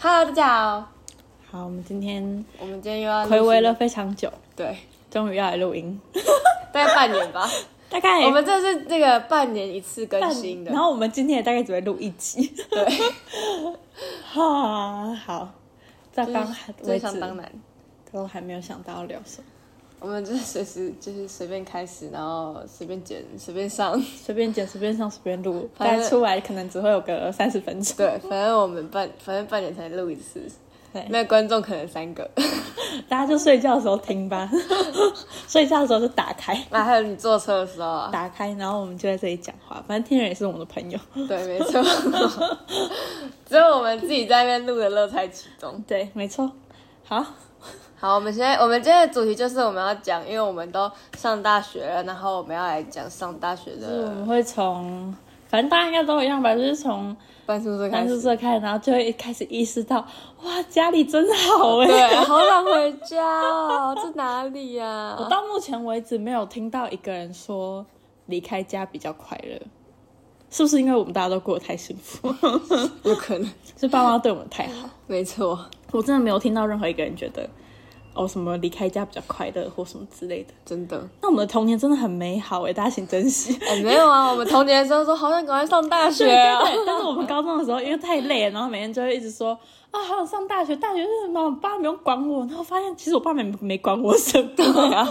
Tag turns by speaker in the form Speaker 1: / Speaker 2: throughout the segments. Speaker 1: Hello，大家好，
Speaker 2: 好，我们今天
Speaker 1: 我们今天又要录
Speaker 2: 回味了非常久，
Speaker 1: 对，
Speaker 2: 终于要来 录音，
Speaker 1: 大概半年 吧。
Speaker 2: 大概
Speaker 1: 我们这是这个半年一次更新的
Speaker 2: 哎然，后我们今天也大概只会录一集，
Speaker 1: 对，
Speaker 2: 哈，好，到
Speaker 1: 就
Speaker 2: 刚
Speaker 1: 是
Speaker 2: 为
Speaker 1: 最
Speaker 2: 止
Speaker 1: 想当男，
Speaker 2: 都还没有想到要聊什么，
Speaker 1: 我们就是随时就是随便开始，然后随便剪，随便上，
Speaker 2: 随便剪随便上随便录，
Speaker 1: 反正
Speaker 2: 但出来可能只会有个三十分钟，
Speaker 1: 对，反正我们半反正半年才录一次，
Speaker 2: 对，
Speaker 1: 那观众可能三个。
Speaker 2: 大家就睡觉的时候听吧， 睡觉的时候就打开。
Speaker 1: 那啊还有你坐车的时候 啊，
Speaker 2: 打开，然后我们就在这里讲话。反正听人也是我们的朋友，
Speaker 1: 对，没错， 只有我们自己在那边录的乐在其中。
Speaker 2: 对，没错。好，
Speaker 1: 好，我们现在我们今天的主题就是我们要讲，因为我们都上大学了，然后我们要来讲上大学
Speaker 2: 就是我们
Speaker 1: 的
Speaker 2: 会从，反正大家应该都一样吧，就是从
Speaker 1: 搬宿舍开
Speaker 2: 搬宿
Speaker 1: 始。
Speaker 2: 舍开始，然后就会开始意识到，哇，家里真好哎、
Speaker 1: 对，好想回家哦，这哪里呀、
Speaker 2: 我到目前为止没有听到一个人说离开家比较快乐，是不是因为我们大家都过得太幸福，
Speaker 1: 有可能，
Speaker 2: 是爸妈对我们太好？
Speaker 1: 没错，
Speaker 2: 我真的没有听到任何一个人觉得，哦，什么离开家比较快乐或什么之类的。
Speaker 1: 真的。
Speaker 2: 那我们的童年真的很美好哎、大家请 珍惜。
Speaker 1: 哎、没有啊，我们童年的时候说好想赶快上大学
Speaker 2: 对
Speaker 1: 啊，
Speaker 2: 对对，但是我们高中的时候因为太累了，然后每天就会一直说啊，好想上大学，大学是什么？我爸没有管我，然后发现其实我爸没没管我什么、
Speaker 1: 啊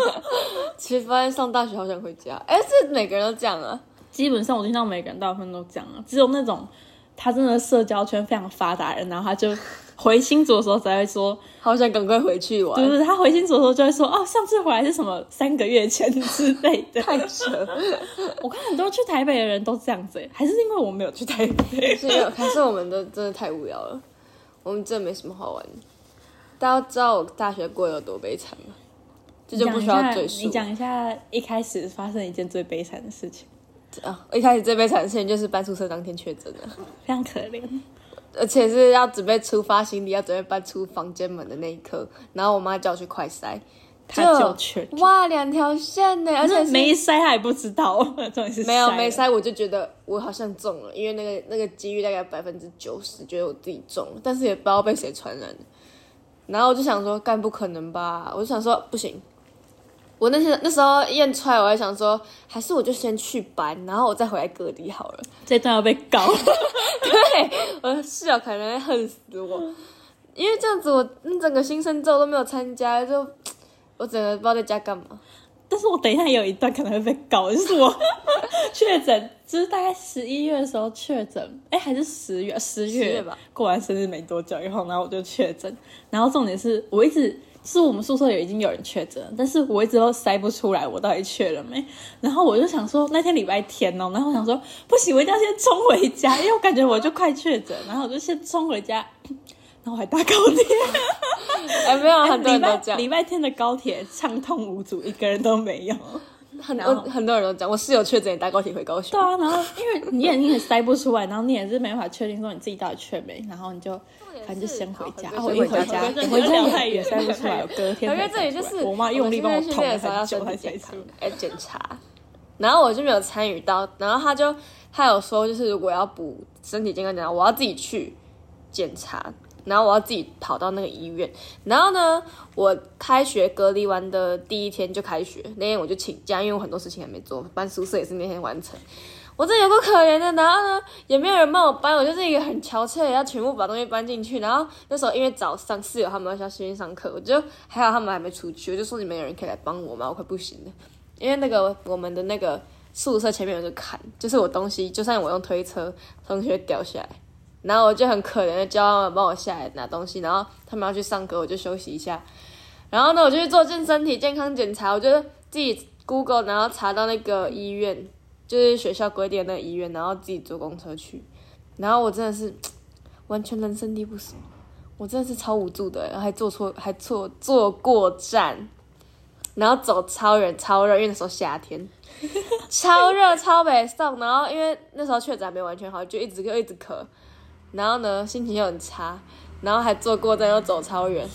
Speaker 1: 其实发现上大学好想回家。哎、是每个人都这样啊，
Speaker 2: 基本上我听到每个人大部分都这样啊，只有那种他真的社交圈非常发达的人，然后他就回新竹的时候才会 说，
Speaker 1: 好想赶快回去玩
Speaker 2: 就。是他回新竹的时候就会说，哦，上次回来是什么三个月前之类的。
Speaker 1: 太扯，
Speaker 2: 我看很多去台北的人都这样子欸、还是因为我没有去台 北。
Speaker 1: 是因为还是我们的真的太无聊了，我们真的没什么好玩的。大家都知道我大学过得有多悲惨吗？这就不需要赘述
Speaker 2: 你讲一下一开始发生一件最悲惨的事情，
Speaker 1: 啊！我一开始最悲惨的事情就是搬宿舍当天确诊了，
Speaker 2: 非常可怜。
Speaker 1: 而且是要准备出发行李，要准备搬出房间门的那一刻，然后我妈叫我去快筛，
Speaker 2: 他就确诊，
Speaker 1: 哇两条线呢，而且是
Speaker 2: 没塞他也不知道， 重点是
Speaker 1: 没有
Speaker 2: 塞了
Speaker 1: 没，塞，我就觉得我好像中了，因为那个那个几率大概百分之九十，觉得我自己中了，但是也不知道被谁传染。然后我就想说，干不可能吧？我就想说不行。我那些那时候验出来，我还想说，还是我就先去搬，然后我再回来隔离好了。
Speaker 2: 这段要被告。
Speaker 1: 对，我的室友可能会恨死我，因为这样子我嗯整个新生周都没有参加，就我整个不知道在家干嘛。
Speaker 2: 但是我等一下也有一段可能会被告，就是我 确诊，就是大概十一月的时候确诊，哎，还是十月，十
Speaker 1: 10
Speaker 2: 月
Speaker 1: 月吧。
Speaker 2: 过完生日没多久以后，然后我就确诊，然后重点是我一直就是我们宿舍有已经有人确诊了，但是我一直都筛不出来我到底确了没。然后我就想说那天礼拜天哦，然后我想说不行，我一定要先冲回家，因为我感觉我就快确诊，然后我就先冲回家，然后我还搭高铁。
Speaker 1: 哎，没有，很多
Speaker 2: 礼
Speaker 1: 人都
Speaker 2: 拜
Speaker 1: 这样。
Speaker 2: 礼拜天的高铁畅通无阻，一个人都没有。
Speaker 1: 很
Speaker 2: 然
Speaker 1: 多
Speaker 2: 后
Speaker 1: 很多人都讲，我室友确诊也搭高铁回高雄
Speaker 2: 对。啊，然后因为你也你也塞不出来，然后你也是没办法确定说你自己到底确没，然后你就
Speaker 1: 点是
Speaker 2: 反正就先回家。
Speaker 1: 好
Speaker 2: 啊，我
Speaker 1: 回
Speaker 2: 一
Speaker 1: 归
Speaker 2: 回
Speaker 1: 回家
Speaker 2: 家，
Speaker 1: 回归
Speaker 2: 我回
Speaker 1: 正
Speaker 2: 家
Speaker 1: 题
Speaker 2: 也也塞不出来，我隔天
Speaker 1: 合
Speaker 2: 才
Speaker 1: 约这里
Speaker 2: 塞出
Speaker 1: 就
Speaker 2: 来
Speaker 1: 是
Speaker 2: 我妈用力帮我
Speaker 1: 训
Speaker 2: 捅
Speaker 1: 练
Speaker 2: 了
Speaker 1: 的时候要
Speaker 2: 很
Speaker 1: 身
Speaker 2: 久
Speaker 1: 体
Speaker 2: 才
Speaker 1: 检
Speaker 2: 塞
Speaker 1: 查
Speaker 2: 出来。，
Speaker 1: 哎，检查。然后我就没有参与到，然后他就他有说，就是如果要补身体健康检查，我要自己去检查，然后我要自己跑到那个医院。然后呢，我开学隔离完的第一天就开学，那天我就请假，因为我很多事情还没做，搬宿舍也是那天完成。我真的有够可怜的，然后呢，也没有人帮我搬，我就是一个很憔悴的，要全部把东西搬进去。然后那时候因为早上室友他们要先去上课，我就还好他们还没出去，我就说你们有人可以来帮我吗？我快不行了，因为那个我们的那个宿舍前面有个坎，就是我东西就算我用推车，同学掉下来，然后我就很可怜的叫他们帮我下来拿东西，然后他们要去上课，我就休息一下。然后呢，我就去做健身体健康检查，我就自己 Google，然后查到那个医院，就是学校规定的那个医院，然后自己坐公车去。然后我真的是完全人生地不熟，我真的是超无助的，还坐错，还错坐过站，然后走超远超热，因为那时候夏天，超热超北送。然后因为那时候确诊还没完全好，就一直就一直咳，然后呢心情又很差，然后还坐过站又走超远。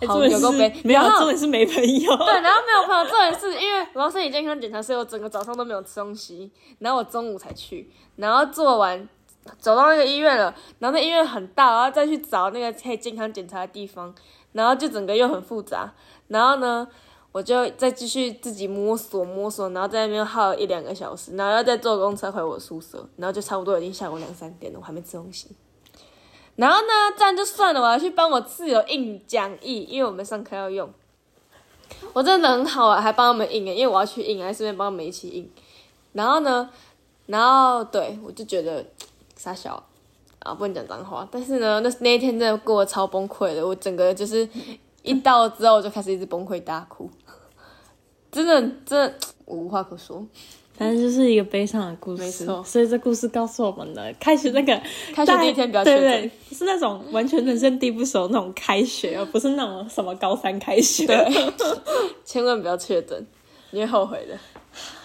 Speaker 2: 哎
Speaker 1: 好
Speaker 2: 重点
Speaker 1: 有够悲
Speaker 2: 是没有，
Speaker 1: 然后
Speaker 2: 重点是没朋友。
Speaker 1: 对，然后没有朋友，重点是因为我要身体健康检查，所以我整个早上都没有吃东西，然后我中午才去，然后做完走到那个医院了，然后那医院很大，然后再去找那个可以健康检查的地方，然后就整个又很复杂。然后呢，我就再继续自己摸索摸索，然后在那边耗了一两个小时，然后要再坐公车回我宿舍，然后就差不多已经下午两三点了，我还没吃东西。然后呢，这样就算了，我还去帮我室友印讲义，因为我们上课要用。我真的很好啊，还帮他们印耶，因为我要去印，还顺便帮他们一起印。然后呢，然后对我就觉得傻小啊，不能讲脏话。但是呢，那那一天真的过得超崩溃的，我整个就是一到之后我就开始一直崩溃大哭，真的真的我无话可说。
Speaker 2: 反正就是一个悲伤的故事，
Speaker 1: 没错嗯
Speaker 2: 所以这故事告诉我们了，开学那个
Speaker 1: 开学第一天不要确
Speaker 2: 对
Speaker 1: 诊
Speaker 2: 对，是那种完全人生地不熟那种开学，而不是那种什么高三开学，
Speaker 1: 对，千万不要确诊，你会后悔的。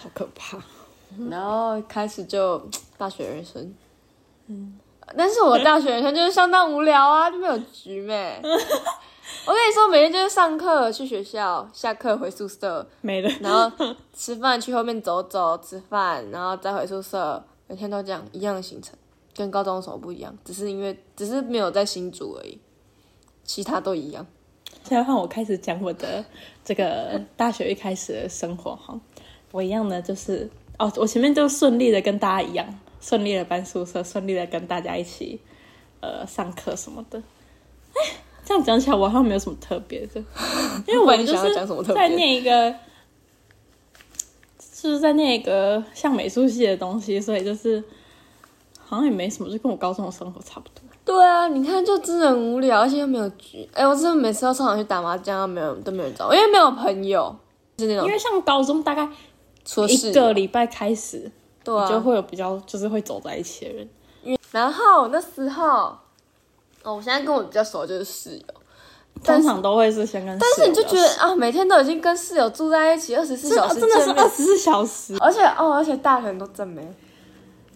Speaker 2: 好可怕。
Speaker 1: 然后开始就大学人生，嗯，但是我大学人生就是相当无聊啊，就没有局妹。我跟你说，每天就是上课去学校，下课回宿舍，
Speaker 2: 没了，
Speaker 1: 然后吃饭去后面走走，吃饭，然后再回宿舍，每天都这样一样的行程，跟高中有什么不一样？只是因为只是没有在新竹而已，其他都一样。
Speaker 2: 现在换我开始讲我的 这个大学一开始的生活哈。我一样呢，就是哦，我前面就顺利的跟大家一样，顺利的搬宿舍，顺利的跟大家一起呃上课什么的。哎，这样讲起来我好像没有什么特别 的，因为
Speaker 1: 不
Speaker 2: 我
Speaker 1: 然你
Speaker 2: 就
Speaker 1: 想要
Speaker 2: 是
Speaker 1: 讲什么特别
Speaker 2: 在念一个，就是在念一个像美术系的东西，所以就是好像也没什么，就跟我高中的生活差不多。
Speaker 1: 对啊，你看就真的很无聊，而且又没有局。哎、我真的每次到操场去打麻将，没有人都没有人找我，因为没有朋友，是那种
Speaker 2: 因为像高中大概
Speaker 1: 除了室
Speaker 2: 一
Speaker 1: 友
Speaker 2: 个礼拜开始，
Speaker 1: 对啊
Speaker 2: 你就会有比较就是会走在一起的人。
Speaker 1: 然后那时候，哦，我现在跟我比较熟的就是室友，但
Speaker 2: 通
Speaker 1: 是
Speaker 2: 常都会是先跟室友
Speaker 1: 但
Speaker 2: 聊，
Speaker 1: 是你就觉得啊，每天都已经跟室友住在一起二十四
Speaker 2: 这
Speaker 1: 小
Speaker 2: 啊
Speaker 1: 时
Speaker 2: 真的是
Speaker 1: 见面
Speaker 2: 二十四小时。
Speaker 1: 而且哦，而且大人都正妹，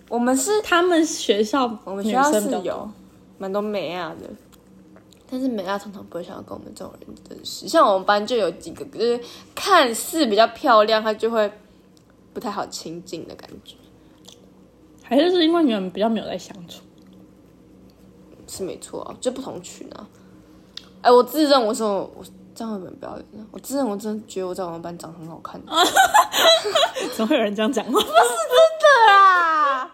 Speaker 1: 我们是
Speaker 2: 他们学校
Speaker 1: 我们
Speaker 2: 女
Speaker 1: 学校
Speaker 2: 生
Speaker 1: 是
Speaker 2: 比较
Speaker 1: 有
Speaker 2: 多，
Speaker 1: 蛮多美亚的，但是美亚通常不会想要跟我们这种人认识。像我们班就有几个，就是看似比较漂亮，她就会不太好亲近的感觉，
Speaker 2: 还是是因为你们比较没有在相处。
Speaker 1: 是没错啊，就不同群啊。哎、我自认我是我我这样有点不要脸啊，我自认我真的觉得我在我们班长得很好看。
Speaker 2: 怎么会有人这样讲话？
Speaker 1: 啊，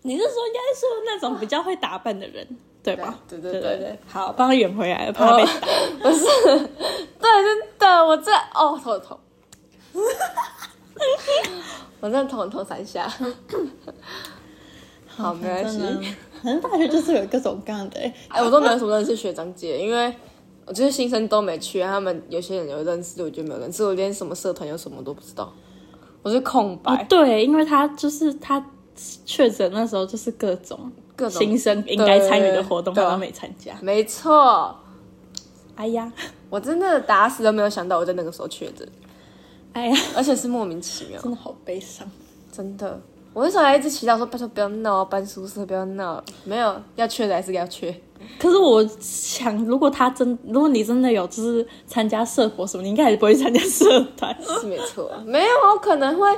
Speaker 2: 你是说应该是那种比较会打扮的人，对吧？
Speaker 1: 对对
Speaker 2: 对
Speaker 1: 对对
Speaker 2: 对。好，帮他圆回来了，怕他被打。
Speaker 1: 对，真的，我这哦头痛，我真的头痛三 下。好，没关
Speaker 2: 真
Speaker 1: 系
Speaker 2: 的。 反正大学就是有各种各样的、欸，
Speaker 1: 哎，我都没有什么认识学长姐，因为我就是新生都没去，他们有些人有认识，我就没有认识，我连什么社团有什么都不知道，我是空白。
Speaker 2: 哦，对，因为他就是他确诊那时候就是各种
Speaker 1: 各种
Speaker 2: 新生应该参与的活动，
Speaker 1: 对啊
Speaker 2: 他
Speaker 1: 对
Speaker 2: 都没参加。
Speaker 1: 没错，
Speaker 2: 哎呀，
Speaker 1: 我真的打死都没有想到我在那个时候确诊，
Speaker 2: 哎呀，
Speaker 1: 而且是莫名其妙，
Speaker 2: 真的好悲伤。
Speaker 1: 真的。我那时候还一直祈祷说，拜托不要闹，搬宿舍不要闹，没有要缺的还是要缺。
Speaker 2: 可是我想，如果他真，如果你真的有就是参加社博什么，你应该也不会参加社团。
Speaker 1: 是没错啊， 没有，我可能会，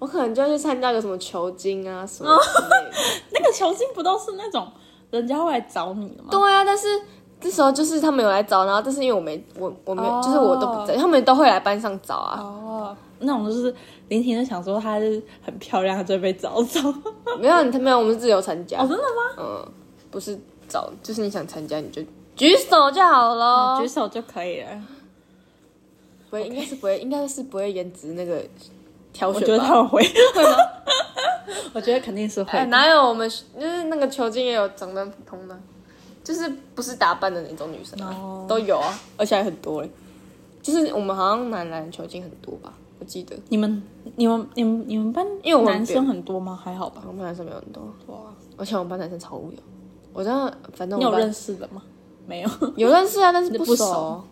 Speaker 1: 我可能就去参加个什么球精啊什么之
Speaker 2: 哦
Speaker 1: 类的。
Speaker 2: 那个球星不都是那种人家会来找你的吗？
Speaker 1: 对啊，但是这时候就是他们有来找，然后但是因为我没我我没有
Speaker 2: 哦
Speaker 1: 就是我都不在，他们都会来班上找啊。
Speaker 2: 哦，那种就是林婷就想说她是很漂亮，她就会被找走。哦，
Speaker 1: 没有，你没有，我们是自由参加，
Speaker 2: 真的吗？
Speaker 1: 嗯，不是找，就是你想参加你就举手就好了。
Speaker 2: 哦举手就可以了。
Speaker 1: 不会，应该是不会，应该是不会颜值那个挑
Speaker 2: 我
Speaker 1: 选
Speaker 2: 觉得
Speaker 1: 吧
Speaker 2: 他们会， 我觉得肯定是会
Speaker 1: 哎，
Speaker 2: 的。
Speaker 1: 哪有我们就是那个球精也有长得很普通的，就是不是打扮的那种女生啊，
Speaker 2: 哦
Speaker 1: 都有啊，而且还很多嘞。就是我们好像男篮球精很多吧，我记得
Speaker 2: 你们、你们、你们、你们班，
Speaker 1: 因为我们
Speaker 2: 男生很多吗？还好吧。
Speaker 1: 我们班男生没有很多，
Speaker 2: 哇，
Speaker 1: 而且我们班男生超无聊。我真的反正
Speaker 2: 你
Speaker 1: 我
Speaker 2: 有
Speaker 1: 们班
Speaker 2: 认识的吗？没有。
Speaker 1: 有认识啊，但是不
Speaker 2: 不
Speaker 1: 熟
Speaker 2: 熟。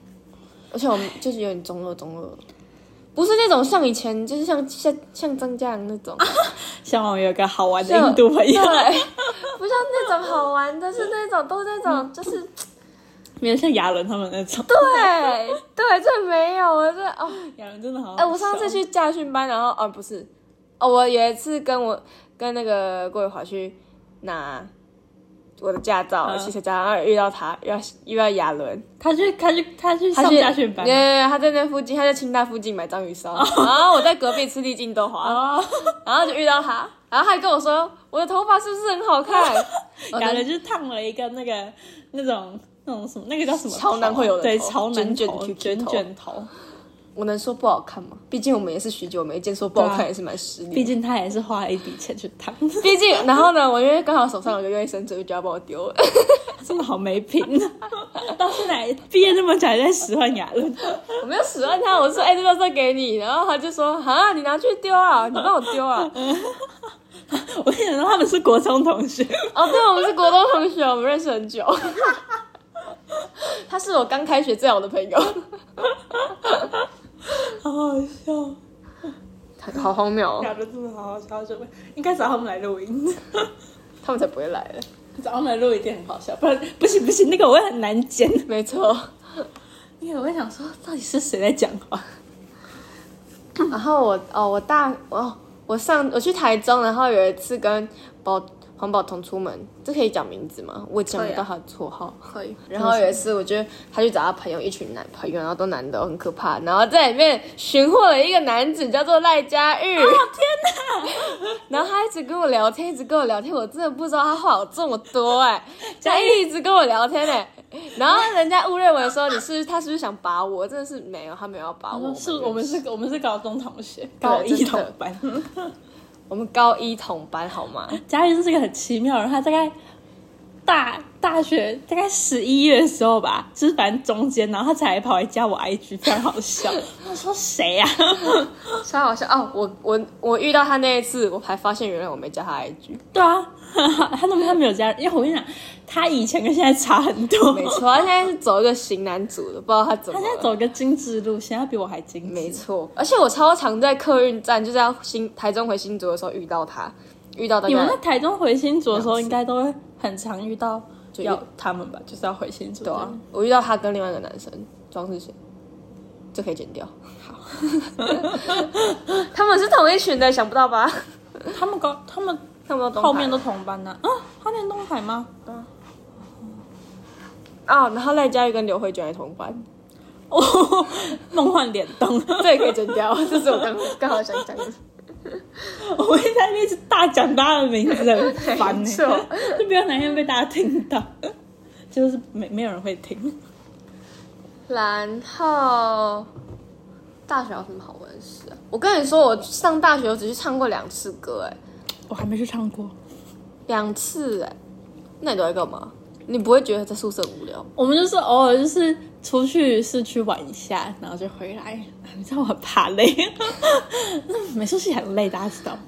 Speaker 1: 而且我们就是有点中二中二，不是那种像以前就是像像像张家阳那种，
Speaker 2: 像我有个好玩的
Speaker 1: 像
Speaker 2: 印度朋友，
Speaker 1: 啊 对， 不像那种好玩的，是那种都是那种就是
Speaker 2: 没有像亚伦他们那种。
Speaker 1: 对对，这没有，我这哦，
Speaker 2: 亚伦真的好好
Speaker 1: 哎、我上次
Speaker 2: 笑
Speaker 1: 去驾训班，然后哦不是，哦我有一次跟我跟那个郭伟华去拿我的驾照，
Speaker 2: 嗯
Speaker 1: 汽车驾照，然后遇到他，遇到遇到亚伦，
Speaker 2: 他去他去他去
Speaker 1: 他
Speaker 2: 上
Speaker 1: 去
Speaker 2: 大学班
Speaker 1: 对对对他在那附近，他在清大附近买章鱼烧，然后我在隔壁吃地静豆花，
Speaker 2: 哦，
Speaker 1: 然后就遇到他，然后他还跟我说我的头发是不是很好 看？我
Speaker 2: 感觉
Speaker 1: 的
Speaker 2: 就是烫了一个那个那种那种什么那个叫什么头
Speaker 1: 超难会有的
Speaker 2: 对
Speaker 1: 头
Speaker 2: 超难
Speaker 1: 卷卷
Speaker 2: 头
Speaker 1: Q Q
Speaker 2: 卷
Speaker 1: 头
Speaker 2: 卷头，
Speaker 1: 我能说不好看吗？毕竟我们也是许久没见，说不好
Speaker 2: 对
Speaker 1: 看
Speaker 2: 啊
Speaker 1: 也是蛮失礼的。
Speaker 2: 毕竟他也是花了一笔钱去 烫，
Speaker 1: 毕竟，然后呢，我因为刚好手上有个月生纸，就觉得帮我丢了。
Speaker 2: 真的好没品。到现在毕业这么久还在使唤亚伦，
Speaker 1: 我没有使唤他，我说：“哎、这个是给你。”然后他就说：“啊，你拿去丢啊，你帮我丢啊。
Speaker 2: 我想说他们是国中同学，”
Speaker 1: 哦，对，我们是国中同学，我们认识很久。 他是我刚开学最好的朋友，
Speaker 2: 好好笑。
Speaker 1: 好荒谬哦！
Speaker 2: 亚伦真的好好笑，就应该找他们来录音，
Speaker 1: 他们才不会来的。
Speaker 2: 找他们来录一定很好笑，不然不行不行，那个我会很难剪。
Speaker 1: 没错。
Speaker 2: 因为我会想说，到底是谁在讲话？
Speaker 1: 然后我哦，我大哦，我上我去台中，然后有一次跟宝黄宝彤出门，这可以讲名字吗？我讲不到他的绰号。
Speaker 2: 可以。
Speaker 1: 然后有一次，我就他去找他朋友，一群男朋友，然后都男的哦，很可怕。然后在里面寻获了一个男子，叫做赖佳玉。哦天哪！ 然后他一直跟我聊天，一直跟我聊天，我真的不知道他话有这么多哎、他一直跟我聊天哎、然后人家误认为说你是不是他是不是想把我，真的是没有，他没有要把
Speaker 2: 我
Speaker 1: 啊哦我。
Speaker 2: 们是我们是我们是高中同学，
Speaker 1: 对
Speaker 2: 高一
Speaker 1: 真的
Speaker 2: 同班。
Speaker 1: 我们高一同班好吗？
Speaker 2: 佳玉是一个很奇妙的人，他大概大大学大概十一月的时候吧，就是反正中间，然后他才跑来加我 IG，非常好笑。我说谁啊呀、
Speaker 1: 超好笑哦！我我我遇到他那一次，我才发现原来我没加他 IG。
Speaker 2: 对啊， 他那么他没有加，因为我跟你讲，他以前跟现在差很多。
Speaker 1: 没错，他现在是走一个型男组的，不知道他怎么
Speaker 2: 他
Speaker 1: 了。
Speaker 2: 现在走一个精致路线，他比我还精致。
Speaker 1: 没错，而且我超常在客运站，就是要新台中回新竹的时候遇到他，遇到大
Speaker 2: 你们在
Speaker 1: 概
Speaker 2: 台中回新竹的时候，
Speaker 1: 两次
Speaker 2: 应该都会很常遇到
Speaker 1: 就
Speaker 2: 要他们吧，就是要回新竹。
Speaker 1: 对啊，我遇到他跟另外一个男生，庄是谁？这可以剪掉。好， 他们是同一群的，想不到吧？
Speaker 2: 他们高，他们
Speaker 1: 他们
Speaker 2: 后面都同班呢、啊。他念东海吗？
Speaker 1: 啊、哦，然后赖佳玉跟刘慧娟还同班，
Speaker 2: 哦，梦幻脸东，
Speaker 1: 这也可以剪掉， 这是我刚刚好想讲的。
Speaker 2: 我会在那边一直大讲他的名 字，很烦
Speaker 1: 没
Speaker 2: 呢、
Speaker 1: 错
Speaker 2: 就不要哪天被大家听到，就是没没有人会听。
Speaker 1: 然后大学有什么好玩的事、啊？我跟你说，我上大学我只去唱过两次歌、哎，
Speaker 2: 我还没去唱过。
Speaker 1: 两次哎、那你都在干嘛？你不会觉得在宿舍很无聊？
Speaker 2: 我们就是偶尔就是出去市区玩一下，然后就回来。你知道我很怕累，那美术系很累，大家知道吗？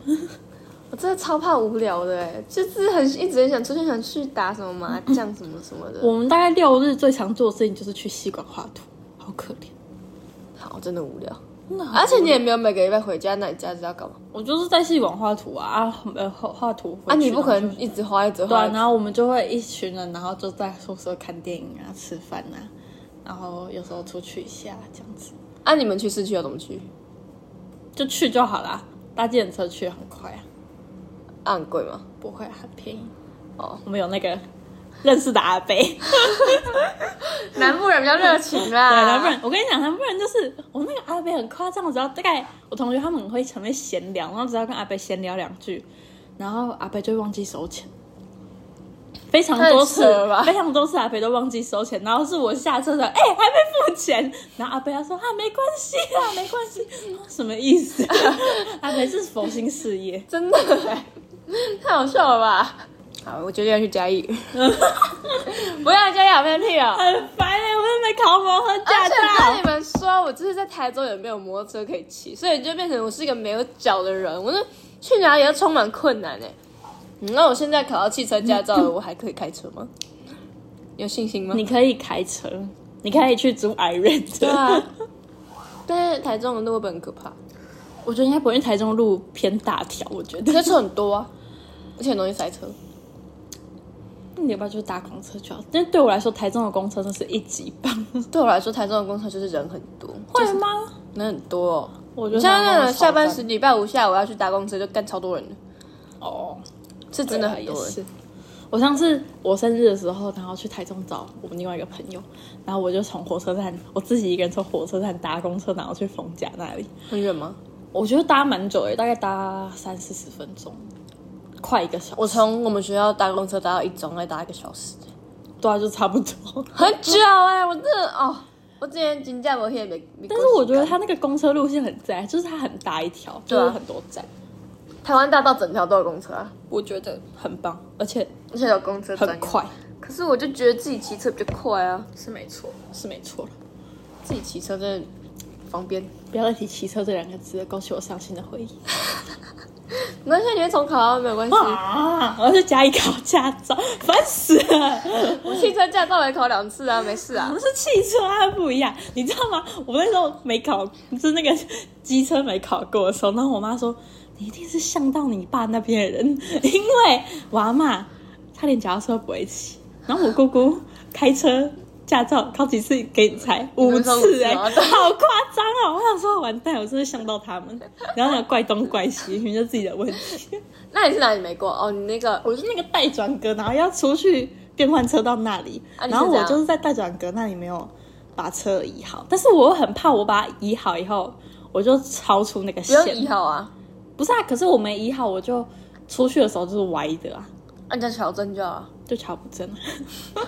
Speaker 1: 我真的超怕无聊的哎、就是很一直很想出去，想去打什么 麻将什么什么的。
Speaker 2: 我们大概六日最常做的事情就是去戏馆画图，好可怜。
Speaker 1: 好，真的无聊。
Speaker 2: 那
Speaker 1: 而且你也没有每个礼拜回家，那你家是要干嘛？
Speaker 2: 我就是在戏馆画图啊，啊呃画画图回去
Speaker 1: 啊，你不可
Speaker 2: 然后
Speaker 1: 能一直花一直
Speaker 2: 就对
Speaker 1: 花
Speaker 2: 啊，。然后我们就会一群人，然后就在宿舍看电影啊、吃饭啊，然后有时候出去一下这样子，
Speaker 1: 啊，你们去市区要怎么去？
Speaker 2: 就去就好啦。搭计程车去很快啊，
Speaker 1: 啊，很贵吗？
Speaker 2: 不会啊很便宜。
Speaker 1: 哦，
Speaker 2: 我们有那个认识的阿北，
Speaker 1: 南部人比较热情 啦
Speaker 2: 对，南部人，我跟你讲，南部人就是我那个阿伯很夸张，我只要大概我同学他们很会前面闲聊，然后只要跟阿伯闲聊两句，然后阿伯就会忘记收钱，非常多次
Speaker 1: 太扯了吧，
Speaker 2: 非常多次阿伯都忘记收钱，然后是我下车的，哎、还没付钱，然后阿伯他说啊没关系啦，没关系，我说什么意思？阿伯是佛心事业，
Speaker 1: 真的、欸， 太好笑了吧？好，我决定要去嘉义。 不要嘉义好偏僻哦。
Speaker 2: 很烦哎、我又没考模啊和驾
Speaker 1: 而且我跟
Speaker 2: 照
Speaker 1: 你。们说，我就是在台中也没有摩托车可以骑，所以就变成我是一个没有脚的人，我就去哪里都充满困难哎、嗯那我现在考到汽车驾照了，我还可以开车吗？ 有信心吗？
Speaker 2: 你可以开车，你可以去租 i r e n
Speaker 1: 对啊，但是台中的路会不会很可怕？
Speaker 2: 我觉得应该不会，因为台中路偏大条，我觉得。
Speaker 1: 车车很多啊，而且很容易塞车。
Speaker 2: 那你要不要就搭公车就好？但对我来说，台中的公车真是一级 棒。
Speaker 1: 对我来说，台中的公车就是人很多，
Speaker 2: 会吗？
Speaker 1: 人很多哦。
Speaker 2: 我觉得
Speaker 1: 啊像那
Speaker 2: 台中
Speaker 1: 种
Speaker 2: 的
Speaker 1: 下班
Speaker 2: 超
Speaker 1: 时
Speaker 2: 赞
Speaker 1: 礼拜五下午要去搭公车，就干超多人的。
Speaker 2: 哦，
Speaker 1: 是真的很多人。
Speaker 2: 是。我上次我生日的时候，然后去台中找我们另外一个朋友，然后我就从火车站，我自己一个人从火车站搭公车，然后去逢甲那里。
Speaker 1: 很远吗？
Speaker 2: 我觉得搭蛮久的，大概搭三四十分钟，快一个小时。
Speaker 1: 我从我们学校搭公车搭到一中，再搭一个小时，
Speaker 2: 对啊，就差不 多。
Speaker 1: 很久哎、我真的哦，我之前金价我也没，
Speaker 2: 但是我觉得它那个公车路线很赞，就是它很大一条，
Speaker 1: 对啊
Speaker 2: 就是很多站，
Speaker 1: 台湾大道整条都有公车、啊，
Speaker 2: 我觉得很棒，而且
Speaker 1: 而且有公车专
Speaker 2: 很
Speaker 1: 用。
Speaker 2: 快，
Speaker 1: 可是我就觉得自己骑车比较快啊，
Speaker 2: 是没错，是没错了。
Speaker 1: 自己骑车真的方便。
Speaker 2: 不要再提骑车这两个字了，勾起我伤心的回忆。
Speaker 1: 没关系，你会重考啊，没有关系。
Speaker 2: 啊！ 我要去嘉义考驾照，烦死了！
Speaker 1: 我汽车驾照也考两次 啊，没事啊
Speaker 2: 我。是汽车啊，不一样，你知道吗？我那时候没考，就是那个机车没考过的时候，然后我妈说：“你一定是像到你爸那边的人，因为我阿妈她连脚踏车都不会骑，然后我姑姑开车。”驾照考几次给你猜五
Speaker 1: 们说五
Speaker 2: 次
Speaker 1: 次
Speaker 2: 哎、
Speaker 1: 哦对
Speaker 2: 好夸张哦！我想说完蛋，我真的像到他们，然后呢怪东怪西，明明就自己的问题。
Speaker 1: 那你是哪里没过？哦，你那个
Speaker 2: 我是那个待转格，然后要出去变换车道那里，
Speaker 1: 啊你是
Speaker 2: 然后
Speaker 1: 这
Speaker 2: 我
Speaker 1: 样
Speaker 2: 就是在待转格那里没有把车移好，但是我又很怕我把它移好以后，我就超出那个
Speaker 1: 不
Speaker 2: 线
Speaker 1: 用，移好啊，
Speaker 2: 不是啊，可是我没移好，我就出去的时候就是歪的啊，
Speaker 1: 按照调整就好啊。
Speaker 2: 就瞧不正啊，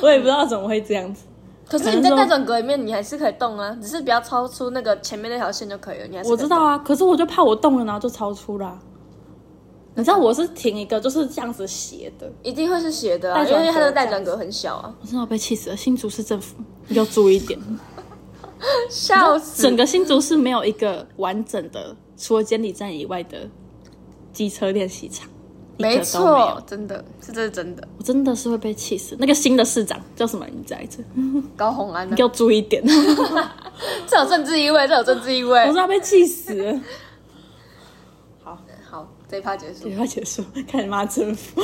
Speaker 2: 我也不知道怎么会这样子，
Speaker 1: 可是你在大转格里面，你还是可以动啊，只是不要超出那个前面那条线就可以了。你还是可
Speaker 2: 我
Speaker 1: 以动
Speaker 2: 知道啊，可是我就怕我动了，然后就超出啦、你知道我是停一个就是这样子斜的，
Speaker 1: 一定会是斜的、啊，因
Speaker 2: 带转格
Speaker 1: 为它的带转格很小啊，
Speaker 2: 我真的要被气死了。新竹市政府你要注意一点。
Speaker 1: 笑死！
Speaker 2: 整个新竹市没有一个完整的，除了监理站以外的机车练习场，一个都
Speaker 1: 没
Speaker 2: 没
Speaker 1: 错
Speaker 2: 有，
Speaker 1: 真的，是这是真的。
Speaker 2: 我真的是会被气死。那个新的市长叫什么名字来着？你
Speaker 1: 高红安、啊
Speaker 2: 给，我注意点， 我
Speaker 1: 这有政治意味，这有政治意味
Speaker 2: 真。的要被气死了。好，
Speaker 1: 好，这一趴结束
Speaker 2: 也。快结束， 看你妈征服。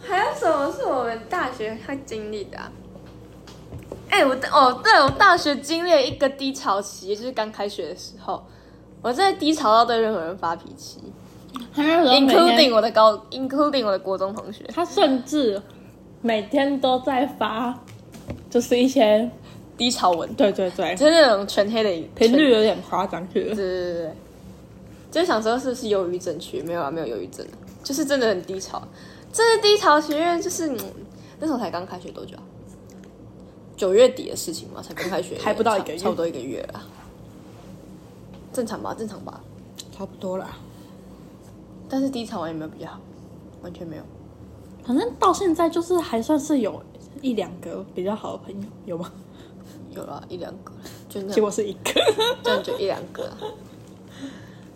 Speaker 1: 还有什么是我们大学会经历的、啊？哎、我的哦，对我大学经历了一个低潮期，就是刚开学的时候，我真的低潮到对任何人发脾气，including 我的高，including 我的国中同学。
Speaker 2: 他甚至每天都在发，就是一些
Speaker 1: 低潮文，
Speaker 2: 对对对，
Speaker 1: 就是那种全黑的影
Speaker 2: 频
Speaker 1: 全
Speaker 2: 率有点夸张去了
Speaker 1: 对。对对对，就是想说是不是忧郁症去？没有啊，没有忧郁症，就是真的很低潮。这是低潮学院，就是、嗯、那时候才刚开学多久啊？九月底的事情嘛，才刚开学，
Speaker 2: 还不到一个月
Speaker 1: 差不多一个月啦。正常吧，正常吧。
Speaker 2: 差不多啦。
Speaker 1: 但是低潮完有没有比较好？完全没有。
Speaker 2: 反正到现在就是还算是有一两个比较好的朋友，有吗？
Speaker 1: 有啦，一两个，就那样，
Speaker 2: 结果是一个。
Speaker 1: 这样就一两个啊。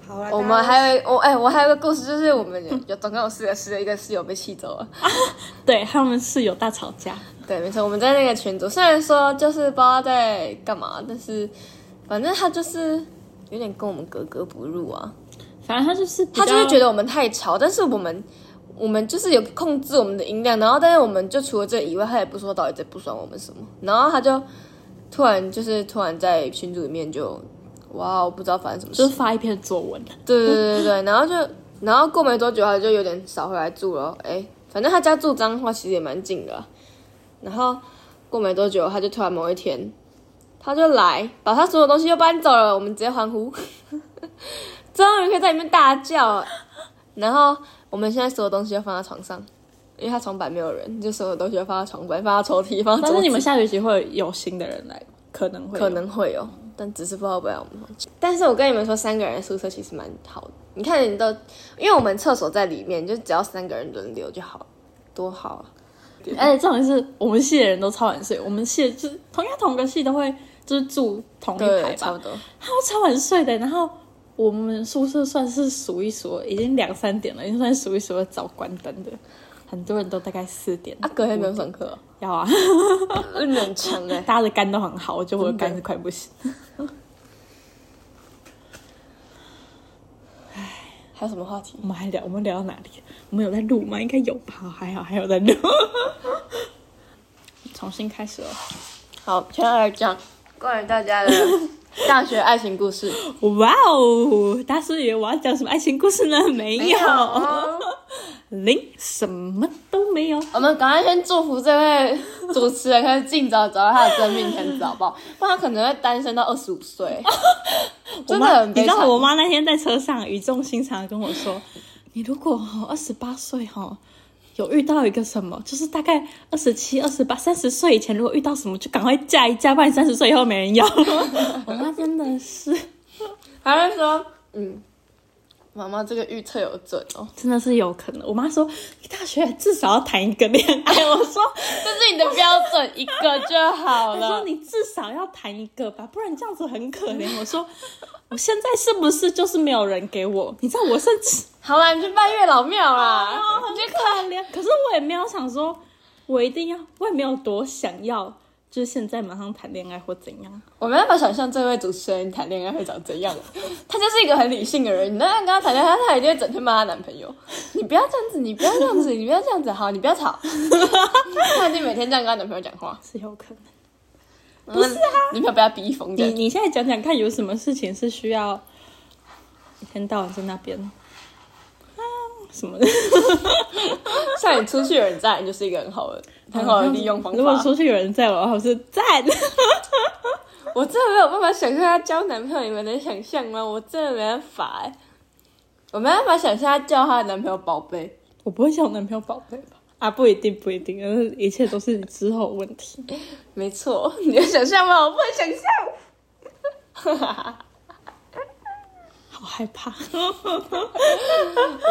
Speaker 2: 好啦
Speaker 1: 我们还有一我哎、我还有一个故事，就是我们有有总共有四个室，一个室友被气走了。
Speaker 2: 对他们室友大吵架，
Speaker 1: 对，没错，我们在那个群组，虽然说就是不知道在干嘛，但是反正他就是有点跟我们格格不入啊。
Speaker 2: 反正他就是
Speaker 1: 他就会觉
Speaker 2: 得
Speaker 1: 得我们太吵，但是我们我们就是有控制我们的音量，然后但是我们就除了这以外，他也不说到底在不爽我们什么，然后他就突然就是突然在群组里面就哇，我不知道发生什么事
Speaker 2: 就是，发一篇作文，
Speaker 1: 对对对对对， 然后就然后过没多久他就有点少回来住了，哎，反正他家住彰化，其实也蛮近的啊、然后过没多久他就突然某一天，他就来把他所有东西都搬走了，我们直接欢呼， 终于可以在里面大叫。然后我们现在所有东西都放在床上，因为他床板没有人，就所有东西都放在床板、放在抽屉、放在
Speaker 2: 但
Speaker 1: 桌
Speaker 2: 是
Speaker 1: 子
Speaker 2: 你们下学期会有新的人来吗，可能会有
Speaker 1: 可能会有，但只是不知道会不会来我们房间。但是我跟你们说，三个人的宿舍其实蛮好的。你看，你都因为我们厕所在里面，就只要三个人轮流就好了，多好啊！
Speaker 2: 而且重点是我们系的人都超晚睡，我们系的就是同样同个系都会就是住同一排
Speaker 1: 对，差
Speaker 2: 吧
Speaker 1: 不，多。
Speaker 2: 他们超晚睡的，然后。我们宿舍算是数一数二，已经两三点了，已经算是数一数二早关灯的。很多人都大概四点
Speaker 1: 啊，隔天不用上课 哦，
Speaker 2: 要啊，
Speaker 1: 嗯，很强哎、
Speaker 2: 大家的肝都很好，我觉得我的肝是快不行。
Speaker 1: 还有什么话题？
Speaker 2: 我们还聊，我们聊到哪里？我们有在录吗？应该有吧，好还好还有在录。 重新开始了，
Speaker 1: 好，接下来讲关于大家的 大学爱情故事
Speaker 2: 哇哦，大叔以为我要讲什么爱情故事呢？没有，零什么都没有。
Speaker 1: 我们赶快先祝福这位主持人，可以尽早找到他的真命天子，好不好？不然他可能会单身到二十五 岁，真的
Speaker 2: 妈
Speaker 1: 很
Speaker 2: 你
Speaker 1: 悲
Speaker 2: 知
Speaker 1: 惨
Speaker 2: 道。我妈那天在车上语重心长地跟我说：“你如果哦二十八岁哈，有遇到一个什么，就是大概二十七、二十八、三十岁以前，如果遇到什么，就赶快嫁一嫁，不然三十岁以后没人要。” 我妈真的是，
Speaker 1: 还是说，嗯，妈妈这个预测有准哦，
Speaker 2: 真的是有可能。我妈说：“你大学至少要谈一个恋爱。”我说
Speaker 1: 这是你的标准，一个就：“ 好
Speaker 2: 我说
Speaker 1: 了。
Speaker 2: 你至少要谈一个吧，不然这样子很可怜。”我说：“我现在是不是就是没有人给我？你知道 我甚至。”
Speaker 1: 好啦，你去拜月老庙啦，
Speaker 2: 啊，很
Speaker 1: 你去
Speaker 2: 可怜。可是我也没有想说，我一定要，我也没有多想要，就是现在马上谈恋爱或怎样。
Speaker 1: 我没办法想象这位主持人谈恋爱会长怎样，他就是一个很理性的人。你那样跟他谈恋爱，他一定会整天骂他男朋友。你不要这样子，你不要这样子，你不要这样子，好，你不要吵。他一定每天这样跟他男朋友讲话，
Speaker 2: 是有可能。
Speaker 1: 不是啊，女朋友被他逼疯
Speaker 2: 你
Speaker 1: 的。
Speaker 2: 你现在讲讲看，有什么事情是需要一天到晚在那边啊什么的？
Speaker 1: 像你出去有人在，你就是一个很好的、很
Speaker 2: 哦
Speaker 1: 好的利用方
Speaker 2: 如果
Speaker 1: 法。
Speaker 2: 出去有人在我的话，我是 赞。
Speaker 1: 我真的没有办法想象她交男朋友，你们能想象吗？我真的没办法哎、我没办法想象她叫她的男朋友宝贝。
Speaker 2: 我不会叫我男朋友宝贝吧？啊，不一定，不一定，但是一切都是你之后的问题。
Speaker 1: 没错， 你能想象吗？我不能想象。
Speaker 2: 好害怕，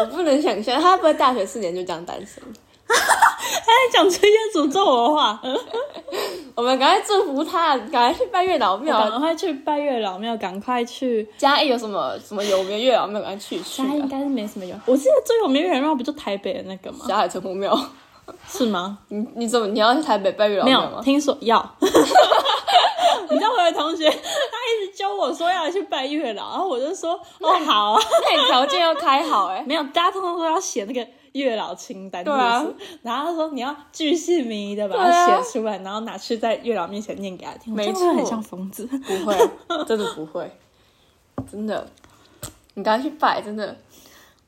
Speaker 1: 我不能想象，他会不会大学四年就这样单身？
Speaker 2: 他在讲这些诅咒我的话。
Speaker 1: 我们赶快祝福他，赶快去拜月老
Speaker 2: 呃赶
Speaker 1: 庙。
Speaker 2: 快去拜月老庙，赶快去
Speaker 1: 嘉义有什么什么有名的月老庙？赶快去去、
Speaker 2: 大家应
Speaker 1: 啊。
Speaker 2: 该是没什么用。我记得最有名的人庙不就台北的那个吗？
Speaker 1: 霞海城隍庙，
Speaker 2: 是吗？哦
Speaker 1: 你你怎么你要去台北拜月老
Speaker 2: 没
Speaker 1: 庙
Speaker 2: 有，
Speaker 1: 吗？
Speaker 2: 听说 要。你知道我有同学，他一直揪我说要去拜月老，然后我就说哦好啊，
Speaker 1: 那你条件要开好哎、
Speaker 2: 没有，大家通通都要写那个月老清单，
Speaker 1: 对啊
Speaker 2: 是不是然后他说你要巨细靡遗的把
Speaker 1: 对啊
Speaker 2: 它写出来，然后拿去在月老面前念给他听，我
Speaker 1: 没
Speaker 2: 这样会不会很
Speaker 1: 错
Speaker 2: 像疯子。
Speaker 1: 不会，真的不会，真的。你赶快去拜，真的。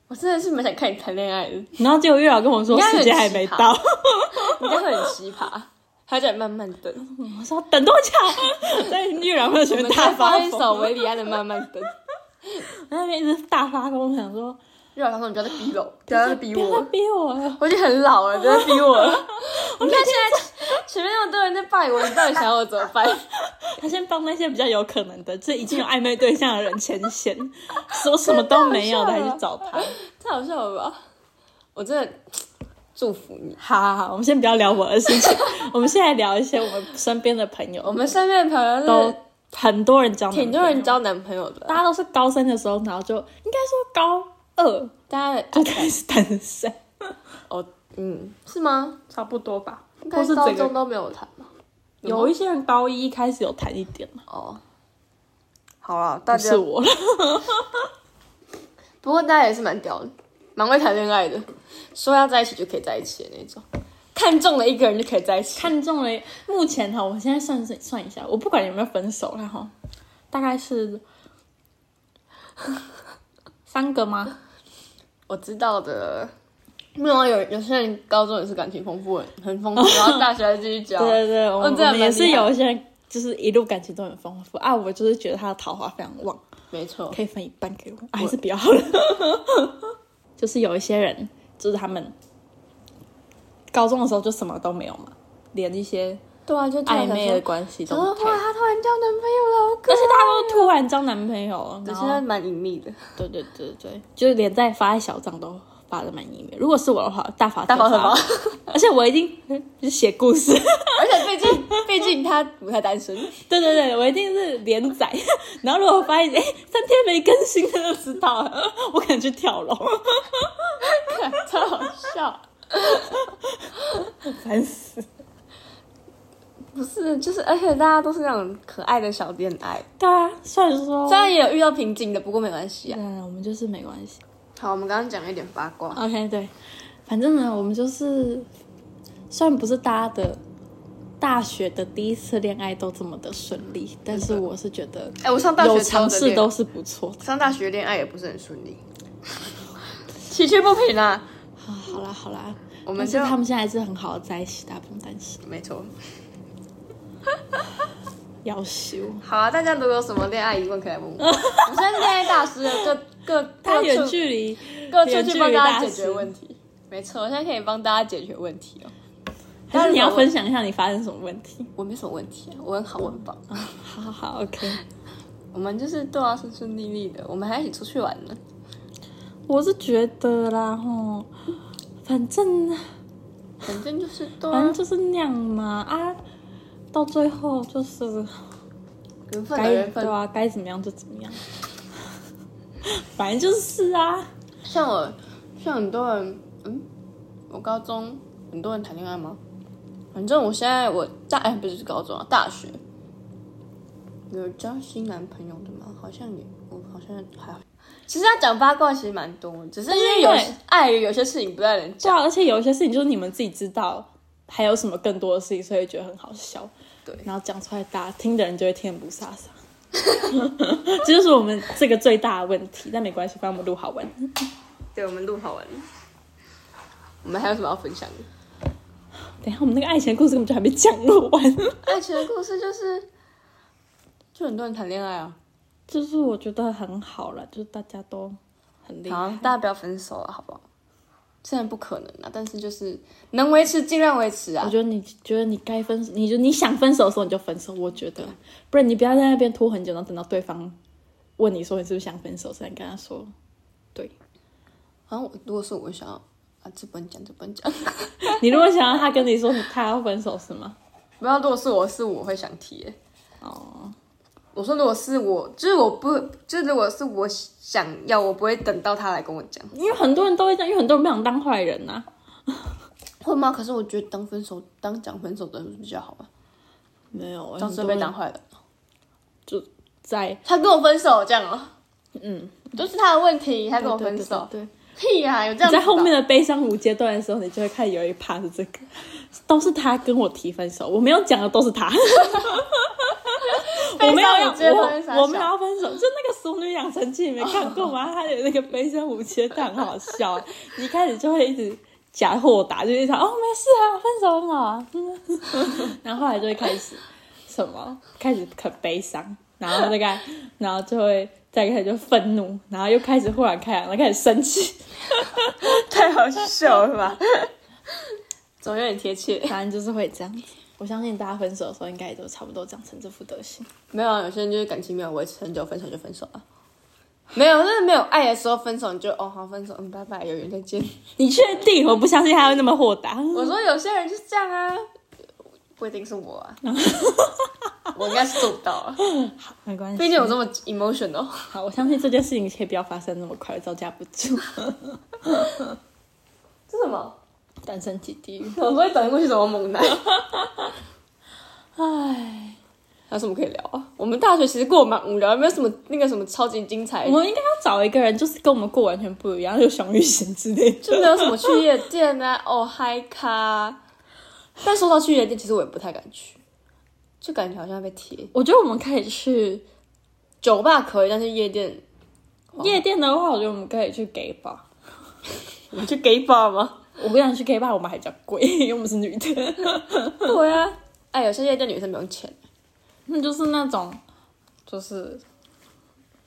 Speaker 1: 我真的是蛮想看你谈恋爱的，你
Speaker 2: 然后结果月老跟我说
Speaker 1: 应该很
Speaker 2: 时间还没到，
Speaker 1: 应该会很奇葩。他叫你慢慢等，
Speaker 2: 我说等多久？啊 在月老面
Speaker 1: 我
Speaker 2: 前
Speaker 1: 们
Speaker 2: 大
Speaker 1: 再
Speaker 2: 发
Speaker 1: 放
Speaker 2: 疯
Speaker 1: 一首维里安的《慢慢等》。
Speaker 2: 那边一直大发疯，想说
Speaker 1: 月老他说：“你不要再逼我，不要再逼
Speaker 2: 不
Speaker 1: 我
Speaker 2: 要
Speaker 1: 了
Speaker 2: 再逼我了。
Speaker 1: 我已经很老了，不要逼我 了。你看现在前面那么多人在拜我，你到底想要我怎么办？
Speaker 2: 他先帮那些比较有可能的，这已经有暧昧对象的人牵线，说什么都没有的还去找他。
Speaker 1: 太好笑了吧！我真的祝福你。
Speaker 2: 好好好，我们先不要聊我的事情， 我们现在聊一些我们身边的朋友，
Speaker 1: 我们身边的朋友
Speaker 2: 都
Speaker 1: 是
Speaker 2: 很多人交男朋友，
Speaker 1: 挺多人交男朋友的，
Speaker 2: 大家都是高三的时候，然后就应该说高二
Speaker 1: 大家
Speaker 2: 就开始单身，
Speaker 1: 哦，嗯，是吗？
Speaker 2: 差不多吧，
Speaker 1: 应
Speaker 2: 或
Speaker 1: 该
Speaker 2: 是
Speaker 1: 高
Speaker 2: 整
Speaker 1: 中
Speaker 2: 个
Speaker 1: 都没有谈吧？
Speaker 2: 有一些人高一开始有谈一点嘛，
Speaker 1: 哦，好了，大
Speaker 2: 不是我了，
Speaker 1: 不过大家也是蛮屌的，蛮会谈恋爱的，说要在一起就可以在一起的那种，看中了一个人就可以在一起。
Speaker 2: 看中了。目前哈，我现在算算算一下，我不管有没有分手了哈，大概是 三个吗？
Speaker 1: 我知道的，没有啊有有些人高中也是感情丰富，很丰富，然后大学还继续交。
Speaker 2: 对对对，我们、
Speaker 1: 哦这样
Speaker 2: 我们也
Speaker 1: 蛮
Speaker 2: 是
Speaker 1: 厉害
Speaker 2: 有一些人，就是一路感情都很丰富啊。我就是觉得他的桃花非常旺，
Speaker 1: 没错，
Speaker 2: 可以分一半给我，啊、还是比较好了。 就是有一些人，就是他们高中的时候就什么都没有嘛，连一些
Speaker 1: 对啊，就突然
Speaker 2: 暧
Speaker 1: 想
Speaker 2: 昧
Speaker 1: 说
Speaker 2: 的关系都
Speaker 1: 然
Speaker 2: 没
Speaker 1: 后哦
Speaker 2: 有。
Speaker 1: 哇，她突然交男朋友了，好可
Speaker 2: 但是他都突然交男朋友了，
Speaker 1: 爱。现
Speaker 2: 然后
Speaker 1: 在蛮隐秘的，
Speaker 2: 对对对对对，就是连在发在小账都发的蛮隐秘。如果是我的话，大发
Speaker 1: 大发
Speaker 2: 特
Speaker 1: 特，
Speaker 2: 而且我一定就是写故事。
Speaker 1: 而且毕 竟毕竟她不太单身，
Speaker 2: 对对对，我一定是连载。 然后如果发现哎三天没更新，他就知道了， 我可能去跳楼，
Speaker 1: 超好笑。
Speaker 2: 烦死。
Speaker 1: 不是，就是而且大家都是那种可爱的小恋爱，
Speaker 2: 对啊，虽然说
Speaker 1: 虽，然也有遇到瓶颈的，不过没关系啊。
Speaker 2: 嗯，我们就是没关系。
Speaker 1: 好，我们刚刚讲了一点八卦，
Speaker 2: OK，对，反正呢，我们就是虽然不是大家的大学的第一次恋爱都这么的顺利，但是我是觉得
Speaker 1: 哎、我上大
Speaker 2: 有
Speaker 1: 学超
Speaker 2: 尝
Speaker 1: 的
Speaker 2: 试
Speaker 1: 恋
Speaker 2: 都是不错的。
Speaker 1: 上大学恋爱也不是很顺 利，崎岖不平啊。
Speaker 2: 啊，好啦好啦，
Speaker 1: 我
Speaker 2: 我
Speaker 1: 们
Speaker 2: 是
Speaker 1: 就
Speaker 2: 他们现在还是很好的在一起，大家不用担心。
Speaker 1: 没错。
Speaker 2: 要修，
Speaker 1: 好啊，大家如果有什么恋爱疑问可以来问我。我是恋爱大师，各各
Speaker 2: 他
Speaker 1: 各
Speaker 2: 远
Speaker 1: 处
Speaker 2: 距离
Speaker 1: 各处去帮大家解
Speaker 2: 远距离大
Speaker 1: 决
Speaker 2: 师
Speaker 1: 问题。没错，我现在可以帮大家解决问题哦。
Speaker 2: 但是你要
Speaker 1: 我
Speaker 2: 分享一下你发生什么问题。
Speaker 1: 我没什么问题啊，我很好，我很棒。
Speaker 2: 好好好，OK。
Speaker 1: 我们就是对啊，顺顺利利的，我们还一起出去玩呢。
Speaker 2: 我是觉得啦，吼，反正
Speaker 1: 啊反正就是对
Speaker 2: 反
Speaker 1: 啊
Speaker 2: 正，就是那样嘛啊，到最后就是
Speaker 1: 缘分的
Speaker 2: 该
Speaker 1: 缘
Speaker 2: 对
Speaker 1: 分。
Speaker 2: 啊，该怎么样就怎么样， 反正就是啊。
Speaker 1: 像我，像很多人，嗯，我高中很多人谈恋爱吗？反正我现在我大哎不是高中啊，大学有交新男朋友的吗？好像也，我好像还好。其实要讲八卦其实蛮多，只是因为有
Speaker 2: 但是因为
Speaker 1: 碍于有些事情不太能
Speaker 2: 对
Speaker 1: 讲。
Speaker 2: 啊，而且有一些事情就是你们自己知道，还有什么更多的事情，所以觉得很好笑。
Speaker 1: 对
Speaker 2: 然后讲出来大，家听的人就会听得不飒飒。这就是我们这个最大的问题，但没关系，反正我们录好玩。
Speaker 1: 对，我们录好玩了。我们还有什么要分享的？
Speaker 2: 等一下，我们那个爱情的故事根本就还没讲录 完。
Speaker 1: 爱情的故事就是，就很多人谈恋爱啊，
Speaker 2: 就是我觉得很好了，就是大家都很厉
Speaker 1: 好，
Speaker 2: 害。
Speaker 1: 大家不要分手了，好不好？虽然不可能啊，但是就是能维持尽量维持啊
Speaker 2: 我。觉得你觉得你该分手，你就你想分手的时候你就分手，我觉得，不然你不要在那边拖很久，然后等到对方问你说你是不是想分手，才跟他说，对
Speaker 1: 好像我如果是我想要啊，这不能讲，这不能讲。
Speaker 2: 你如果想要他跟你说他要分手是吗？
Speaker 1: 不要，如果是我是我会想提、欸。
Speaker 2: 哦，
Speaker 1: 我说如果是我，就是我不，就是如果是我想要，我不会等到他来跟我讲，
Speaker 2: 因为很多人都会这样，因为很多人不想当坏人啊呐、
Speaker 1: 会吗？可是我觉得当分手，当讲分手的人比较好吧，
Speaker 2: 没有，
Speaker 1: 当时被当坏了。
Speaker 2: 就在
Speaker 1: 他跟我分手这样哦、嗯，都是他的问题，他跟我分手，
Speaker 2: 对对对对
Speaker 1: 屁啊，有这样
Speaker 2: 你
Speaker 1: 子
Speaker 2: 在
Speaker 1: 的
Speaker 2: 后面的悲伤五阶段的时候，你就会看有一趴是这个，都是他跟我提分手，我没有讲的都是他，我没有要
Speaker 1: 悲伤五阶段是啥
Speaker 2: 我我没有要分手，就那个《熟女养成记》你没看过吗？他有那个悲伤五阶段，很好笑。你一开始就会一直假豁达，就一直想哦没事啊，分手很好啊， 嗯然后后来就会开始什么，开始很悲伤，然后大概，然后就会。再开始就愤怒，然后又开始忽然开朗，然后开始生气，
Speaker 1: 太好笑了吧？ 总有点贴切。
Speaker 2: 反正就是会这样子。我相信大家分手的时候，应该也都差不多长成这副德行。
Speaker 1: 没有啊，有些人就是感情没有维持很久，分手就分手了。没有，真的没有爱的时候分手，你就哦好分手，嗯拜拜，有缘再见。
Speaker 2: 你确定？我不相信他会那么豁达。
Speaker 1: 我说有些人就是这样啊，不一定是我啊，我应该是做不到啊，
Speaker 2: 没关系，
Speaker 1: 毕竟我这么 emotional。
Speaker 2: 好，我相信这件事情可以不要发生那么快，招架不住，
Speaker 1: 这是什么？
Speaker 2: 单身即地狱。
Speaker 1: 我不会转过去什么猛男？
Speaker 2: 唉，
Speaker 1: 还有什么可以聊啊？我们大学其实过得蛮无聊，有没有什么那个什么超级精彩
Speaker 2: 我？们应该要找一个人，就是跟我们过完全不一样，就熊玉贤之类的。
Speaker 1: 就没有什么去夜店啊，哦嗨咖。但说到去夜店，其实我也不太敢去，就感觉好像要被贴。
Speaker 2: 我觉得我们可以去
Speaker 1: 酒吧可以，但是夜店，
Speaker 2: 夜店的话，我觉得我们可以去 gay bar。
Speaker 1: 你们去 gay bar 吗？
Speaker 2: 我不想去 gay bar，我们还比较贵，因为我们是女的。
Speaker 1: 对啊，哎，有些夜店女生不用钱，
Speaker 2: 那就是那种，就是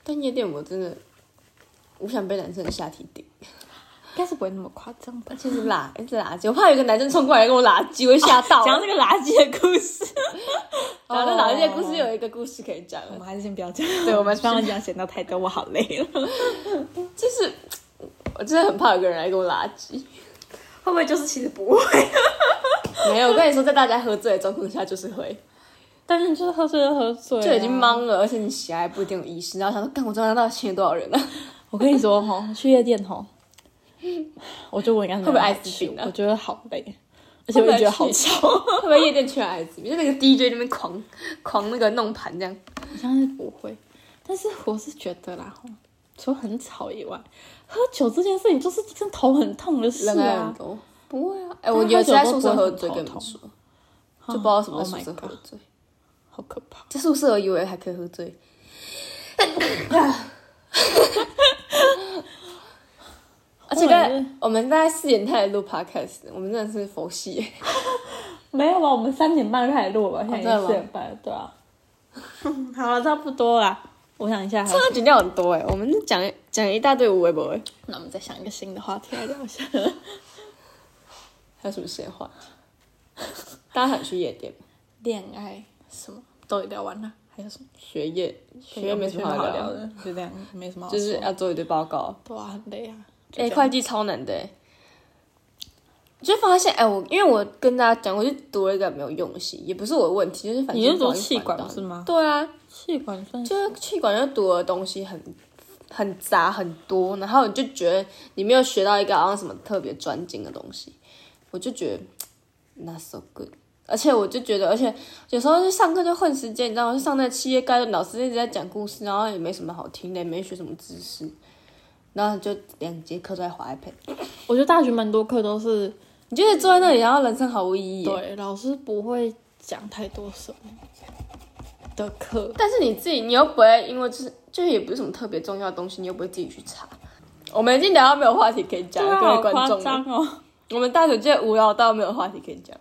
Speaker 1: 但夜店我真的，我想被男生的下体顶，
Speaker 2: 应该是不会那么夸张吧。
Speaker 1: 其实垃 一直垃圾，我怕有个男生冲过来跟我垃圾，我会吓到。
Speaker 2: 讲到这个垃圾的故事，
Speaker 1: 讲到垃圾的故事，又有一个故事可以讲
Speaker 2: 我
Speaker 1: 了，
Speaker 2: 们还是 先不要讲。
Speaker 1: 对我们
Speaker 2: 刚刚讲闲到太多，我好累了。
Speaker 1: 就是我真的很怕有个人来跟我垃圾。
Speaker 2: 会不会就是其实不会？
Speaker 1: 没有，我跟你说，在大家喝醉的状况下，就是会。
Speaker 2: 但是就是喝醉就喝醉、啊
Speaker 1: 就已经。懵了，而且你起来不一定有意识，然后想说，干我昨晚到底亲了多少 人呢、
Speaker 2: 我跟你说吼，去夜店吼，我觉得我应该会
Speaker 1: 会不会爱死病啊
Speaker 2: 我觉得好累，而且我也觉得好 吵。
Speaker 1: 会不会夜店缺艾滋病？就那个 DJ 那边狂狂那个弄盘这样，
Speaker 2: 好像是不会，但是我是觉得啦吼，除了很吵以外，喝酒这件事情就是真的头很痛的事
Speaker 1: 人还很
Speaker 2: 啊。
Speaker 1: 多。不会啊，哎、我有一
Speaker 2: 大家喝
Speaker 1: 次
Speaker 2: 酒
Speaker 1: 在
Speaker 2: 都
Speaker 1: 宿
Speaker 2: 不
Speaker 1: 舍
Speaker 2: 会
Speaker 1: 喝
Speaker 2: 很
Speaker 1: 醉，
Speaker 2: 头
Speaker 1: 跟你
Speaker 2: 痛
Speaker 1: 们说，就不知道什么在
Speaker 2: Oh
Speaker 1: 宿
Speaker 2: my
Speaker 1: 舍喝
Speaker 2: God
Speaker 1: 醉。
Speaker 2: 好可怕！
Speaker 1: 在宿舍我以为还可以喝醉， 而且
Speaker 2: 我
Speaker 1: 大概
Speaker 2: 也是
Speaker 1: 我们大概四点开始录 podcast，我们真的是佛系耶。
Speaker 2: 没有吧？啊我们三点半就开始录吧，现
Speaker 1: 哦真的
Speaker 2: 在已经
Speaker 1: 吗
Speaker 2: 四点半了，对啊。 好了，差不多啦。我想一下，
Speaker 1: 刚刚剪掉很多哎，我们讲讲一大堆无微博哎，
Speaker 2: 那我们再想一个新的话题来聊一下。
Speaker 1: 还有什么闲话？ 大家想去夜店吗？
Speaker 2: 恋爱什么都聊完了，还有什么？
Speaker 1: 学业学业没什么好
Speaker 2: 好
Speaker 1: 聊的，
Speaker 2: 的，就这样，没什么好
Speaker 1: 就
Speaker 2: 说。
Speaker 1: 是要做一堆报告。
Speaker 2: 对啊，很累啊。就
Speaker 1: 哎、
Speaker 2: 这样
Speaker 1: 会计超难的哎、我就发现哎、我因为我跟大家讲，我就读了一个没有用的系，也不是我的问题，就是反正
Speaker 2: 你是
Speaker 1: 不
Speaker 2: 读
Speaker 1: 小心
Speaker 2: 气管
Speaker 1: 管到
Speaker 2: 是吗
Speaker 1: 对啊，
Speaker 2: 气管算是
Speaker 1: 就是气管就读的东西很很杂很多，然后你就觉得你没有学到一个好像什么特别专精的东西，我就觉得 not so good。而且我就觉得，而且有时候就上课就混时间，你知道吗？就上那企业概论，老师一直在讲故事，然后也没什么好听的，也没学什么知识，然后就两节课都在滑 iPad，
Speaker 2: 我觉得大学蛮多课都是
Speaker 1: 你就是坐在那里，然后人生毫无意义。，
Speaker 2: 对老师不会讲太多什么的课，
Speaker 1: 但是你自己，你又不会因为就是就是也不是什么特别重要的东西，你又不会自己去查。我们已经聊到没有话题可以讲了，各
Speaker 2: 啊好
Speaker 1: 位观
Speaker 2: 夸
Speaker 1: 众
Speaker 2: 张
Speaker 1: 了。
Speaker 2: 哦。
Speaker 1: 我们大学界无聊到没有话题可以讲，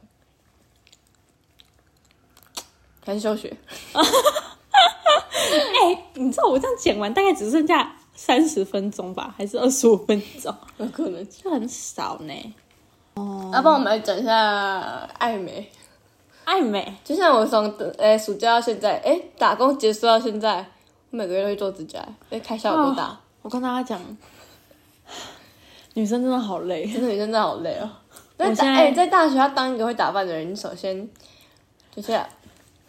Speaker 1: 还是休学？
Speaker 2: 哎、你知道我这样剪完大概只剩下三十分钟吧，还是二十五分钟，
Speaker 1: 有可能。
Speaker 2: 就很少呢。
Speaker 1: 要啊不然我们来讲一下爱美，
Speaker 2: 爱美，
Speaker 1: 就像我从哎、暑假到现在，哎、打工结束到现在，我每个月都会做指甲，哎、开销有多大？
Speaker 2: 哦我跟大家讲，女生真的好累。
Speaker 1: 真的女生真的好累哦。
Speaker 2: 我
Speaker 1: 在大
Speaker 2: 现在
Speaker 1: 哎、在大学要当一个会打扮的人，你首先就是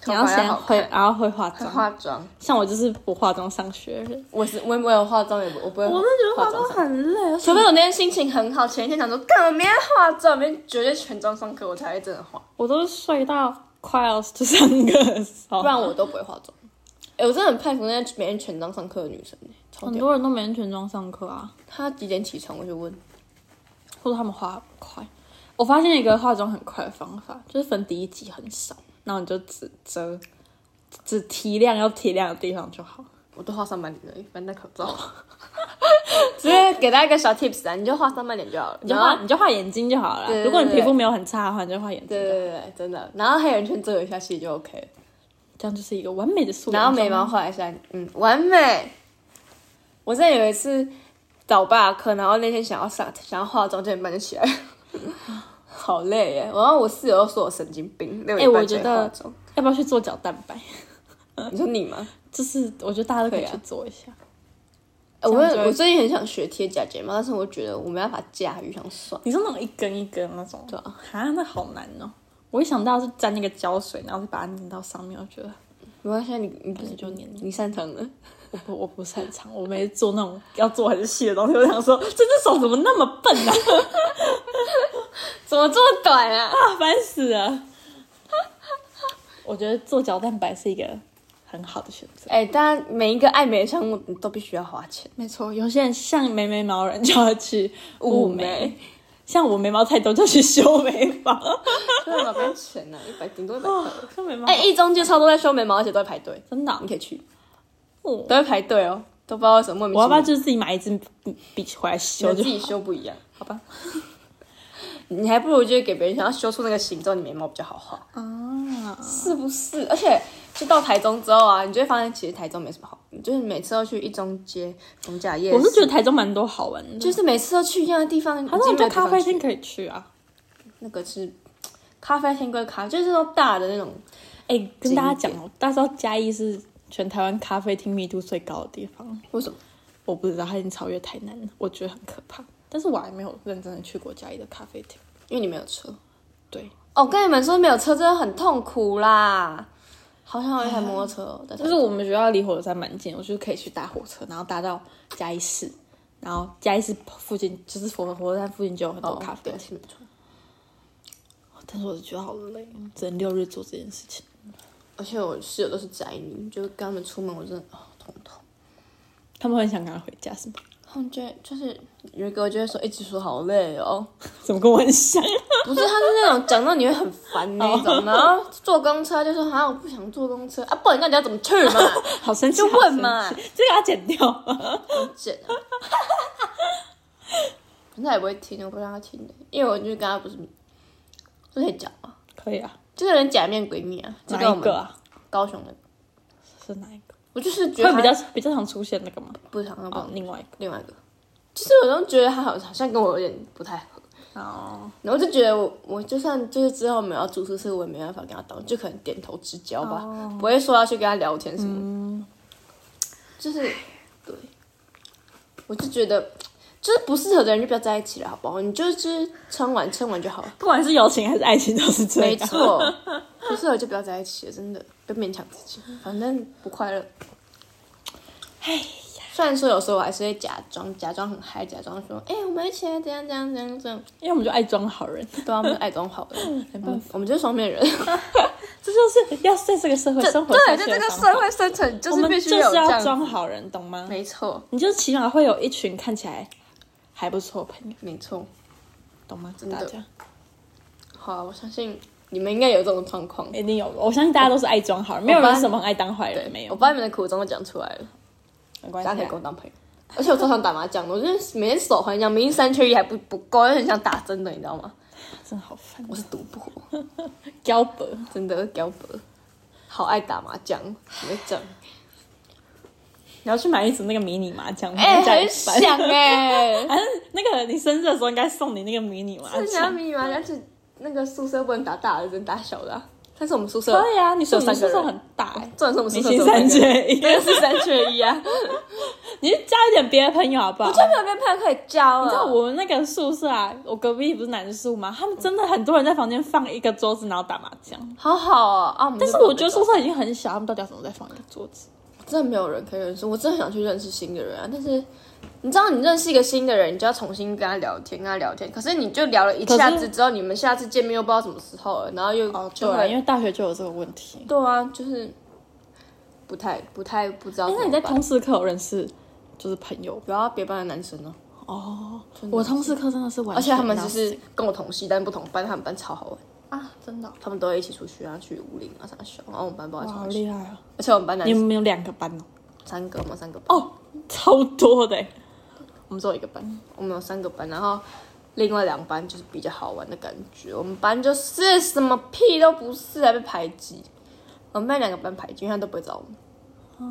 Speaker 1: 头
Speaker 2: 你要
Speaker 1: 发
Speaker 2: 先
Speaker 1: 好
Speaker 2: 会，
Speaker 1: 看，
Speaker 2: 然后会化
Speaker 1: 要
Speaker 2: 妆。
Speaker 1: 化妆。
Speaker 2: 像我就是不化妆上学的人，
Speaker 1: 我是我也没有化妆，也不我不会。
Speaker 2: 我就觉得化
Speaker 1: 妆
Speaker 2: 妆
Speaker 1: 上，
Speaker 2: 很累。
Speaker 1: 除非我那天心情很好，前一天想说干我明天化妆，明天绝对全妆上课，我才会真的化，
Speaker 2: 我都睡到快要去上课的时候，
Speaker 1: 不 然我都不会化妆。哎、我真的很佩服那些每天全妆上课的女生、欸，超
Speaker 2: 很
Speaker 1: 屌。
Speaker 2: 多人都没人全妆上课啊，
Speaker 1: 她几点起床？我就问。
Speaker 2: 或者他们化很快。我发现一个化妆很快的方法，就是粉底液挤很少，然后你就只遮，只提亮要提亮的地方就好。
Speaker 1: 我都画上半脸而已，反正戴口 罩。直接给大家一个小 tips 啊，你就画上半脸就好了。
Speaker 2: 你就
Speaker 1: 然后
Speaker 2: 画你就画眼睛就好了
Speaker 1: 对对
Speaker 2: 啦。如果你
Speaker 1: 对
Speaker 2: 皮肤没有很差的话，你就画眼睛就
Speaker 1: 对
Speaker 2: 好，
Speaker 1: 对对，真的。然后黑眼圈遮一下，其实就 OK 了。
Speaker 2: 这样就是一个完美的素颜。
Speaker 1: 然后眉毛，画一下，嗯，完美。我之前有一次早八的课，然后那天想要上想要化妆，九点半就起来 了，好累耶。然后我室友又说我神经病，六
Speaker 2: 哎，
Speaker 1: 点
Speaker 2: 我
Speaker 1: 半就
Speaker 2: 觉
Speaker 1: 得化
Speaker 2: 得
Speaker 1: 妆。
Speaker 2: 要不要去做角蛋白？
Speaker 1: 你说你吗？
Speaker 2: 就是我觉得大家都可以
Speaker 1: 可以啊
Speaker 2: 去做一下。
Speaker 1: 哎我
Speaker 2: 这样就会
Speaker 1: 我最近很想学贴假睫毛，但是我觉得我没办法驾驭，想算。
Speaker 2: 你说那种一根一根那种，
Speaker 1: 对啊，
Speaker 2: 哈，那好难哦。我一想到是沾那个胶水，然后再把它粘到上面，我觉得
Speaker 1: 没关系啊，你你不是
Speaker 2: 就黏黏
Speaker 1: 你擅长的。
Speaker 2: 我不我不擅长，我每次做那种要做很细的东西，我想说这只手怎么那么笨 啊，
Speaker 1: 怎么这么短啊？
Speaker 2: 啊烦死了。我觉得做角蛋白是一个很好的选择。
Speaker 1: 哎、大家每一个爱美的项目你都必须要花钱。
Speaker 2: 没错，有些人像没眉毛人就要去雾
Speaker 1: 雾眉
Speaker 2: 眉，像我眉毛太多就去修眉 毛，
Speaker 1: 对啊，不要钱呢、啊，一百顶多一百块。
Speaker 2: 哦修眉毛
Speaker 1: 哎、一中街超多在修眉毛，而且都在排队，
Speaker 2: 真的啊、
Speaker 1: 你可以去，
Speaker 2: 哦
Speaker 1: 都在排队哦，都不知道为什么莫名
Speaker 2: 我
Speaker 1: 其
Speaker 2: 要不要
Speaker 1: 妙。
Speaker 2: 就是自己买一支笔笔回来修
Speaker 1: 你
Speaker 2: 就
Speaker 1: 自己
Speaker 2: 好？
Speaker 1: 修不一样，
Speaker 2: 好吧。
Speaker 1: 你还不如就是给别人，想要修出那个形状，你眉毛比较好画，
Speaker 2: 啊，
Speaker 1: 是不是？而且就到台中之后啊，你就会发现其实台中没什么好，就是每次都去一中街、逢甲夜市，
Speaker 2: 我是觉得台中蛮多好玩的，
Speaker 1: 就是每次都去一样的地方，
Speaker 2: 好像很
Speaker 1: 已经没
Speaker 2: 多
Speaker 1: 有地方
Speaker 2: 咖啡
Speaker 1: 去
Speaker 2: 厅可以去啊。
Speaker 1: 那个是咖啡厅归咖，就是那种大的那种
Speaker 2: 哎、跟大家
Speaker 1: 景
Speaker 2: 讲哦，大家知道嘉义是全台湾咖啡厅密度最高的地方，
Speaker 1: 为什么？
Speaker 2: 我不知道它已经超越台南了，我觉得很可怕。但是我还没有认真的去过嘉义的咖啡厅。
Speaker 1: 因为你没有车。
Speaker 2: 对，
Speaker 1: 哦，跟你们说没有车真的很痛苦啦。好想有一台摩托车哦，但
Speaker 2: 就是我们学校离火车站蛮近，我就可以去搭火车，然后搭到嘉义市，然后嘉义市附近就是火火车站附近就有很多
Speaker 1: 哦，
Speaker 2: 咖
Speaker 1: 对
Speaker 2: 啡厅。
Speaker 1: 是没错。
Speaker 2: 但是我觉得好累，哦只能六日做这件事情。
Speaker 1: 而且我室友都是宅女，就是跟他们出门我真的哦痛痛。
Speaker 2: 他们会很想赶快回家是吗？
Speaker 1: 他们就会就是有一个就会说一直说好累哦，
Speaker 2: 怎么跟我很像？
Speaker 1: 不是，他是那种讲到你会很烦那种，然后坐公车就说啊，我不想坐公车啊，不然那你要怎么 去嘛？
Speaker 2: 好生气，
Speaker 1: 就
Speaker 2: 好
Speaker 1: 问
Speaker 2: 生
Speaker 1: 嘛
Speaker 2: 气这个要剪掉吗？
Speaker 1: 贱啊！那也不会听，我不让他听的，因为我就跟他不是，这可以讲吗？
Speaker 2: 可以啊，
Speaker 1: 这个人假面闺蜜啊，这
Speaker 2: 哪
Speaker 1: 个我
Speaker 2: 一
Speaker 1: 们
Speaker 2: 个啊？
Speaker 1: 高雄的，
Speaker 2: 是哪一个？
Speaker 1: 我就是觉得
Speaker 2: 会
Speaker 1: 他
Speaker 2: 比较比较常出现那个吗？
Speaker 1: 不想要
Speaker 2: 哦
Speaker 1: 帮，
Speaker 2: 另外一
Speaker 1: 另外一个，其实我都觉得他好好像跟我有点不太合，
Speaker 2: 个哦，
Speaker 1: 然后就觉得我我就算就是之后没有要住宿舍，我也没办法跟他当，就可能点头之交吧，
Speaker 2: 哦
Speaker 1: 不会说要去跟他聊天什么的，就是对，我就觉得。就是不适合的人就不要在一起了，好不好？你就是撑完撑完就好了。
Speaker 2: 不管是友情还是爱情都是这样。
Speaker 1: 没 错，不适合就不要在一起了，真的不要勉强自己，反正不快乐。
Speaker 2: 哎呀，
Speaker 1: 虽然说有时候我还是会假装假装很嗨，假装说，哎、我们一起来怎样怎样怎样怎样，
Speaker 2: 因为我们就爱装好人，
Speaker 1: 对啊，我们就爱装好 人，
Speaker 2: 没办法，
Speaker 1: 我们就是双面人。
Speaker 2: 这就是要在这个社会生活下
Speaker 1: 对，
Speaker 2: 去
Speaker 1: 在
Speaker 2: 的
Speaker 1: 这个
Speaker 2: 方法
Speaker 1: 社会生存，就
Speaker 2: 我
Speaker 1: 是
Speaker 2: 们
Speaker 1: 必须
Speaker 2: 就
Speaker 1: 有
Speaker 2: 是
Speaker 1: 这
Speaker 2: 要
Speaker 1: 样。
Speaker 2: 装好人，懂吗？
Speaker 1: 没错，
Speaker 2: 你就起码会有一群看起来还不错的朋友，
Speaker 1: 没错。
Speaker 2: 懂吗？
Speaker 1: 的
Speaker 2: 大家
Speaker 1: 好啊，我相信你们应该有这种状 况。
Speaker 2: 一定有，我相信大家都是爱装好人，没有
Speaker 1: 我
Speaker 2: 人
Speaker 1: 把
Speaker 2: 是什么很爱当坏
Speaker 1: 对
Speaker 2: 人，没，
Speaker 1: 我
Speaker 2: 有，
Speaker 1: 把你们的苦衷都讲出来了，
Speaker 2: 没关
Speaker 1: 大家可以跟我
Speaker 2: 系啊
Speaker 1: 当朋友。而且我超想打麻将的，我就是每天手很痒，明明三缺一还不不够，又很想打真的，你知道吗？
Speaker 2: 啊，真的好烦，
Speaker 1: 我是赌博，
Speaker 2: 交博。
Speaker 1: 真的屌博，好爱打麻将，怎么讲？
Speaker 2: 你要去买一组那个迷你麻将，
Speaker 1: 哎、
Speaker 2: 家里
Speaker 1: 很
Speaker 2: 办
Speaker 1: 想 哎、
Speaker 2: 还是那个你生日的时候应该送你那个迷你麻
Speaker 1: 是啊想要
Speaker 2: 将。
Speaker 1: 迷你麻将，而且那个宿舍不能打大的，只能打小的、啊。但是我们宿舍
Speaker 2: 可以啊，你
Speaker 1: 只有
Speaker 2: 说你
Speaker 1: 三
Speaker 2: 们宿
Speaker 1: 个
Speaker 2: 舍
Speaker 1: 人，
Speaker 2: 很大哎，
Speaker 1: 重点是我们宿
Speaker 2: 明
Speaker 1: 舍只
Speaker 2: 星
Speaker 1: 有
Speaker 2: 三
Speaker 1: 三个人，
Speaker 2: 缺一，
Speaker 1: 这个是三缺一啊！
Speaker 2: 你去交一点别的朋友好不好？
Speaker 1: 这边有边朋友可以交了，
Speaker 2: 你知道我们那个宿舍啊，我隔壁不是男宿吗？他们真的很多人在房间放一个桌子，然后打麻将。
Speaker 1: 好好哦啊！
Speaker 2: 但
Speaker 1: 但
Speaker 2: 是我觉得宿舍已经很小，他们到底要怎么再放一个桌子？
Speaker 1: 真的没有人可以认识，我真的想去认识新的人啊！但是你知道，你认识一个新的人，你就要重新跟他聊天，跟他聊天。可是你就聊了一下
Speaker 2: 可
Speaker 1: 子之后，你们下次见面又不知道什么时候了，哦然后又就
Speaker 2: 啊，
Speaker 1: 会
Speaker 2: 因为大学就有这个问题。
Speaker 1: 对啊，就是不太不太不知道
Speaker 2: 哎
Speaker 1: 怎么办。
Speaker 2: 那你在通识课有认识就是朋友？
Speaker 1: 不要别班的男生哦，
Speaker 2: 哦，我通识课真的是完
Speaker 1: 而且
Speaker 2: 全 nothing，
Speaker 1: 他们只是跟我同系，但不同班，他们班超好玩。
Speaker 2: 啊，真的哦
Speaker 1: 他们都会一起出去啊，去武林啊啥小，然后我们班不爱
Speaker 2: 哇，好
Speaker 1: 同
Speaker 2: 厉害哦！
Speaker 1: 而且我们班男
Speaker 2: 你
Speaker 1: 生
Speaker 2: 们有两个班哦？
Speaker 1: 三个，我们三个班，
Speaker 2: 哦，超多的欸。
Speaker 1: 我们只有一个班，我们有三个班，然后另外两班就是比较好玩的感觉。我们班就是什么屁都不是，还被排挤。我们班两个班排挤，因为他都不会找我们。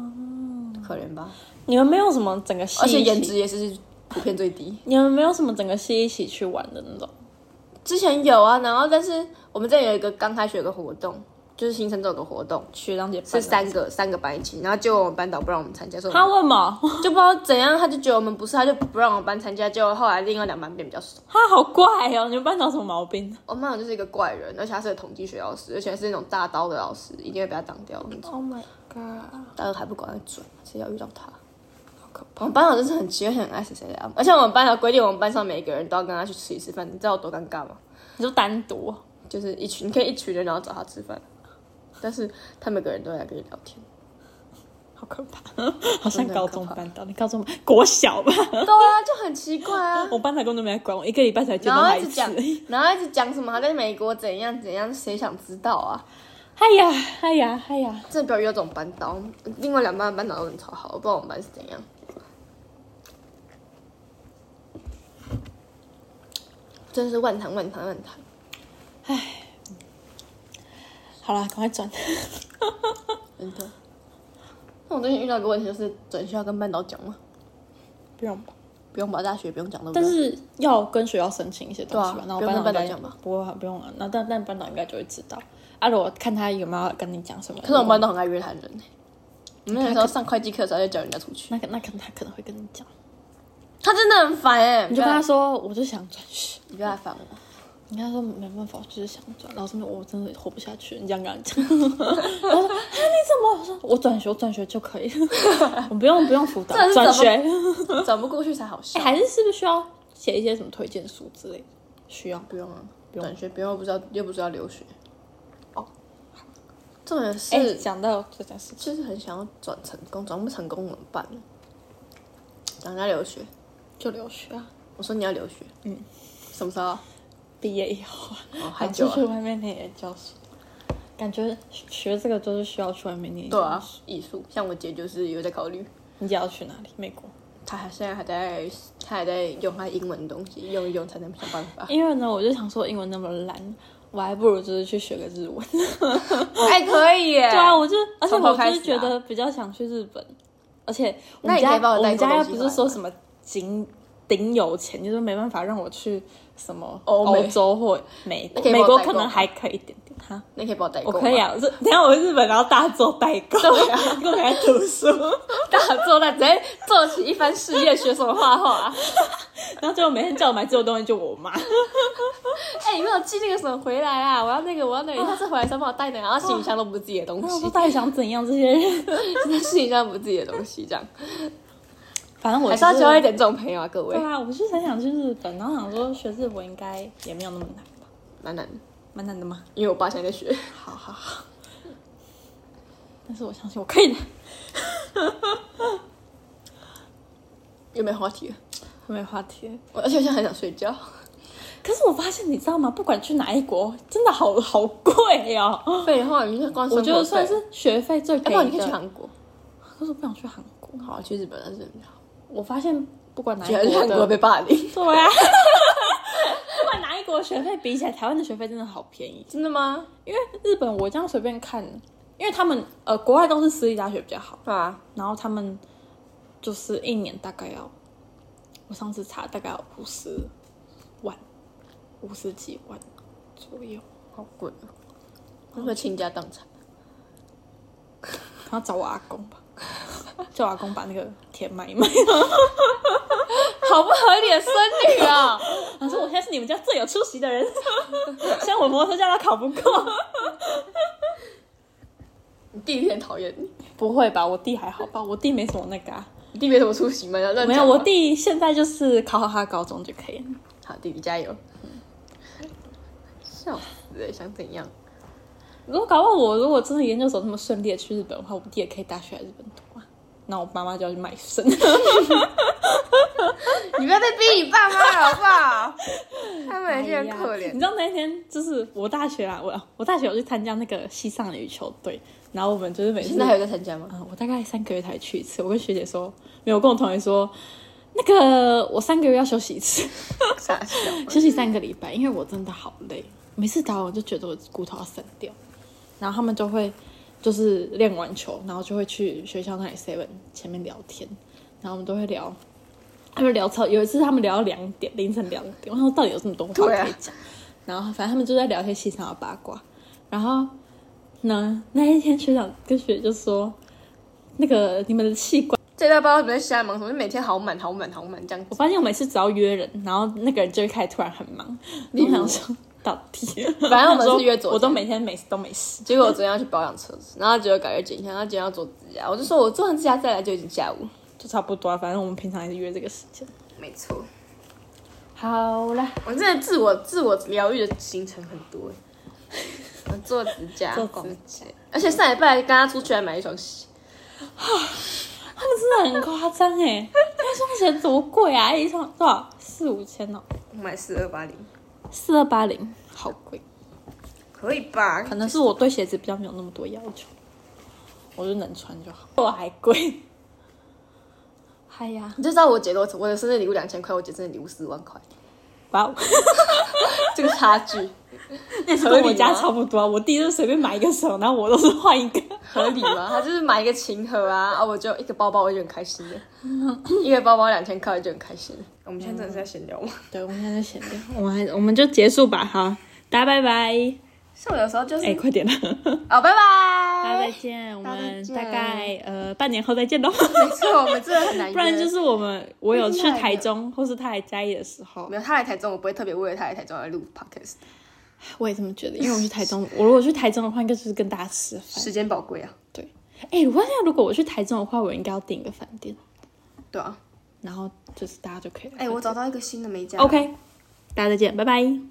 Speaker 1: 可怜吧，
Speaker 2: 你们没有什么整个系
Speaker 1: 而且
Speaker 2: 哦一起
Speaker 1: 颜值也是普遍最低。
Speaker 2: 你们没有什么整个系一起去玩的那种？
Speaker 1: 之前有啊，然后但是我们这里有一个刚开学有个活动，就是新生都有个活动，
Speaker 2: 学长姐办
Speaker 1: 是
Speaker 2: 的
Speaker 1: 三个三个班一起，然后结果我们班导不让我们参加，所以我
Speaker 2: 他
Speaker 1: 们
Speaker 2: 问嘛，
Speaker 1: 就不知道怎样，他就觉得我们不是，他就不让我们班参加，结果后来另外两班变比较熟。
Speaker 2: 他好怪哦！你们班长什么毛病？
Speaker 1: 我们班长就是一个怪人，而且他是个统计学老师，而且是那种大刀的老师，一定会被他挡掉的那种。
Speaker 2: Oh my god！
Speaker 1: 大二还不管他准，谁要遇到他？我们班长就是很奇怪，很爱谁谁谁啊！而且我们班长规定，我们班上每一个人都要跟他去吃一次饭，你知道有多尴尬吗？
Speaker 2: 你就单独，哦
Speaker 1: 就是一群，你可以一群人然后找他吃饭，但是他每个人都会来跟你聊天。
Speaker 2: 好可 怕，好像高中
Speaker 1: 真的
Speaker 2: 班长，你高中班国 小 吧？
Speaker 1: 对啊，就很奇怪 啊。
Speaker 2: 我班长根本没来管我，一个礼拜才见
Speaker 1: 然
Speaker 2: 到
Speaker 1: 后
Speaker 2: 他
Speaker 1: 一直
Speaker 2: 次
Speaker 1: 讲。， 然后一直讲什么他在美国怎样怎样，谁想知道啊？
Speaker 2: 哎呀，哎呀，哎呀！
Speaker 1: 真的不要遇到这种班导，另外两班的班导都人超好，我不知道我们班是怎样。真是万谈万谈万谈，
Speaker 2: 好啦，赶快转。
Speaker 1: 真的。那我最近遇到一个问题，就是转学要跟班导讲吗？
Speaker 2: 不用吧。
Speaker 1: 不用吧，大学不用讲，对不对？
Speaker 2: 但是要跟学校申请一些东西
Speaker 1: 对
Speaker 2: 吧
Speaker 1: 啊，
Speaker 2: 那、我
Speaker 1: 不用
Speaker 2: 班
Speaker 1: 跟
Speaker 2: 长
Speaker 1: 班长
Speaker 2: 应该
Speaker 1: 讲吧
Speaker 2: 不会吧，不用啊。那但但班长应该就会知道。啊，如果看他有没有跟你讲什么，
Speaker 1: 可是我们班都很爱约谈人、欸。我们那时候上会计课的时候就叫人家出去，
Speaker 2: 那个那可能他可能会跟你讲，
Speaker 1: 他真的很烦哎、
Speaker 2: 你就跟他说，我就想转学。
Speaker 1: 你不要来烦我。
Speaker 2: 你跟他说没办法，我就是想转。老师说，我真的活不下去。你这样跟他讲，他说啊，你怎么？我说我转学，我转学就可 以，我不用不用辅导
Speaker 1: 这是，怎么
Speaker 2: 转学。
Speaker 1: 转不过去才好笑
Speaker 2: 哎，。还是是不是需要写一些什么推荐书之类的？需要
Speaker 1: 不用啊，转学不用，又不知道又不知道留学。
Speaker 2: 哦，
Speaker 1: 重点是、
Speaker 2: 哎，讲到这件事情，
Speaker 1: 就是很想要转成功，转不成功怎么办呢？讲人家留学，
Speaker 2: 就留学啊，
Speaker 1: 我说你要留学，嗯，什么时候？
Speaker 2: 毕业以后，
Speaker 1: 哦，
Speaker 2: 还
Speaker 1: 还
Speaker 2: 出
Speaker 1: 久
Speaker 2: 去
Speaker 1: 啊。
Speaker 2: 外面念研究所，感觉学这个就是需要去外面念。
Speaker 1: 对啊，，艺术，像我姐就是有在考虑，
Speaker 2: 你姐要去哪里？美国。。
Speaker 1: 她还现在还在，她还在用她英文的东西，用一用才能想办法
Speaker 2: 因为呢，我就想说英文那么烂，我还不如就是去学个日文。
Speaker 1: 哎、可以耶！
Speaker 2: 对啊，我就而且
Speaker 1: 从头
Speaker 2: 我就
Speaker 1: 开
Speaker 2: 是
Speaker 1: 始
Speaker 2: 觉
Speaker 1: 啊
Speaker 2: 得比较想去日本，而且我
Speaker 1: 那你
Speaker 2: 们
Speaker 1: 可
Speaker 2: 家
Speaker 1: 以帮我带
Speaker 2: 们
Speaker 1: 一个
Speaker 2: 家
Speaker 1: 东
Speaker 2: 又
Speaker 1: 西
Speaker 2: 不
Speaker 1: 回
Speaker 2: 是
Speaker 1: 来
Speaker 2: 说
Speaker 1: 吗
Speaker 2: 什么顶顶有钱，就是没办法让我去什么
Speaker 1: 欧美
Speaker 2: 洲或美国，
Speaker 1: 可以
Speaker 2: 美
Speaker 1: 帮我
Speaker 2: 国
Speaker 1: 代
Speaker 2: 可
Speaker 1: 购
Speaker 2: 能
Speaker 1: 吗
Speaker 2: 还可以一点点哈。
Speaker 1: 那你可以帮我代购
Speaker 2: 我
Speaker 1: 吗
Speaker 2: 可以，啊，我是等一下我去日本，然后大家做代购，对啊，给我来读书，
Speaker 1: 啊大做那直接做起一番事业，学什么画画、啊？
Speaker 2: 然后结果每天叫我买这种东西就我 妈，
Speaker 1: 哎、你没有寄那个什么回来啊？我要那个，我要那个。下次回来时候帮我带那个，然后行李箱都不是自己的东
Speaker 2: 然后我
Speaker 1: 西
Speaker 2: 说，到底想怎样这些人？
Speaker 1: 行李箱不是自己的东西，这 样
Speaker 2: 反正我
Speaker 1: 还是要
Speaker 2: 就
Speaker 1: 交一点这种朋友啊，各位
Speaker 2: 对，啊，我就是很想去日本，然后想说学日文应该也没有那么难吧？
Speaker 1: 蛮难的，
Speaker 2: 蛮难的吗？
Speaker 1: 因为我爸现在在学。
Speaker 2: 好好好，但是我相信我可以的。
Speaker 1: 又没话题了，
Speaker 2: 没话题了，
Speaker 1: 我而且我现在很想睡觉。
Speaker 2: 可是我发现你知道吗？不管去哪一国，真的好好贵 哦。
Speaker 1: 废话，你是光生
Speaker 2: 我
Speaker 1: 活
Speaker 2: 觉得
Speaker 1: 费
Speaker 2: 算是学费最
Speaker 1: 要
Speaker 2: 便
Speaker 1: 不然你
Speaker 2: 宜
Speaker 1: 可以去
Speaker 2: 的。
Speaker 1: 韩国，
Speaker 2: 可是我不想去韩国。
Speaker 1: 好去日本还是比较好。
Speaker 2: 我发现不管哪一
Speaker 1: 觉得去
Speaker 2: 国
Speaker 1: 韩国
Speaker 2: 的，
Speaker 1: 被霸凌，
Speaker 2: 对啊，不管哪一国的学费比起来，台湾的学费真的好便宜。
Speaker 1: 真的吗？
Speaker 2: 因为日本我这样随便看，因为他们呃国外都是私立大学比较好，
Speaker 1: 啊，
Speaker 2: 然后他们就是一年大概要，我上次查大概要五十万，五十几万左右。
Speaker 1: 好贵哦，会不会倾家荡产？
Speaker 2: 然后找我阿公吧， 叫我阿公把那个田买一卖。
Speaker 1: 好不合理的孙女 啊！
Speaker 2: 他说我现在是你们家最有出息的人， 虽然我摩托车驾照考不过。
Speaker 1: 你弟弟很讨厌你，
Speaker 2: 不会吧？我弟还好吧？我弟没什么那个、啊，
Speaker 1: 你弟没什么出息吗？你要乱
Speaker 2: 没
Speaker 1: 讲啊
Speaker 2: 有，
Speaker 1: 吗
Speaker 2: 我弟现在就是考好他的高中就可以了。
Speaker 1: 好，弟弟加油！笑死了，想怎样？
Speaker 2: 如果搞不好我如果真的研究所那么顺利的去日本的话，我弟也可以大学来日本读啊。那我妈妈就要去卖身，
Speaker 1: 你不要再逼你爸妈了，好不 好？他们
Speaker 2: 哎
Speaker 1: 也是很
Speaker 2: 呀
Speaker 1: 可
Speaker 2: 你
Speaker 1: 怜。
Speaker 2: 知道那天就是我大学啊，我我大学有去参加那个西上的羽球队，然后我们就是每次
Speaker 1: 现在还有在参加吗？
Speaker 2: 啊、我大概三个月才去一次。我跟学姐说，没有，我跟我同学说，那个我三个月要休息一次，
Speaker 1: 傻笑。
Speaker 2: 休息三个礼拜，因为我真的好累，每次打完我就觉得我骨头要散掉。然后他们就会就是练完球，然后就会去学校那里 seven 前面聊天，然后我们都会聊。他们聊超有一次，他们聊到两点，凌晨两点。我想说到底有这么多话可
Speaker 1: 对啊
Speaker 2: 以讲，然后反正他们就在聊一些西上的八卦。然后呢，那一天学长跟学姐就说，那个你们的器官。
Speaker 1: 这段不知道你们在瞎忙什么，就每天好满好满好满这样
Speaker 2: 我
Speaker 1: 子，
Speaker 2: 发现我每次只要约人，然后那个人就会开始突然很忙，
Speaker 1: 例如
Speaker 2: 我想说到 底，
Speaker 1: 反正我们是约左
Speaker 2: 嗯我都
Speaker 1: 家
Speaker 2: 每天每次都没事，
Speaker 1: 结果我昨天要去保养车子，然后结果改日剪一下，然后今天要做指甲，我就说我做完指甲再来就已经下午。
Speaker 2: 就差不多啊。反正我们平常也是约这个时间。
Speaker 1: 没错，
Speaker 2: 好啦，
Speaker 1: 我真的自我自我疗愈的行程很多耶，我 做指甲、
Speaker 2: 做指甲
Speaker 1: 逛街，而且上礼拜跟他出去还买一双鞋，
Speaker 2: 他们真的很夸张 哎，那双鞋多贵啊？一双多少？四五千哦，
Speaker 1: 我买四二八零，
Speaker 2: 四二八零，好贵。
Speaker 1: 可以吧？
Speaker 2: 可能是我对鞋子比较没有那么多要求，我就能穿就好。我还贵，哎呀，
Speaker 1: 你就知道我姐多丑，我的生日礼物两千块，我姐生日礼物四万块，
Speaker 2: 哇 哦！
Speaker 1: 这个差距
Speaker 2: 那是
Speaker 1: 合
Speaker 2: 跟
Speaker 1: 理
Speaker 2: 我家
Speaker 1: 吗
Speaker 2: 差不多啊，我弟就是随便买一个手，然后我都是换一个。
Speaker 1: 合理 吗？她就是买一个琴盒啊，啊，我就一个包包，我就很开心了，一个包包两千块，我就很开心了。嗯我们现在真的是在闲聊吗？
Speaker 2: 对，我们现在闲聊，我们还我们就结束吧，好，大家拜拜。
Speaker 1: 像我有时候就是
Speaker 2: 哎、快点了，
Speaker 1: 哦，拜
Speaker 2: 大家再
Speaker 1: 拜。
Speaker 2: 见，我
Speaker 1: 大家再
Speaker 2: 们
Speaker 1: 见
Speaker 2: 大概呃半年后再见 喽。
Speaker 1: 没错，我们真的很难约。
Speaker 2: 不然就是我们我有去
Speaker 1: 厉害的
Speaker 2: 台中或是他来嘉义的时候
Speaker 1: 没，有他来台中，我不会特别为了他来台中而录 podcast，
Speaker 2: 我也这么觉得，因为我去台中，我如果去台中的话，应该就是跟大家吃饭。
Speaker 1: 时间宝贵啊。
Speaker 2: 对，哎、我发现如果我去台中的话，我应该要订一个饭店，
Speaker 1: 对啊，
Speaker 2: 然后就是大家就可以来。哦
Speaker 1: 哎、我找到一个新的美甲。
Speaker 2: OK，大家再见，拜拜。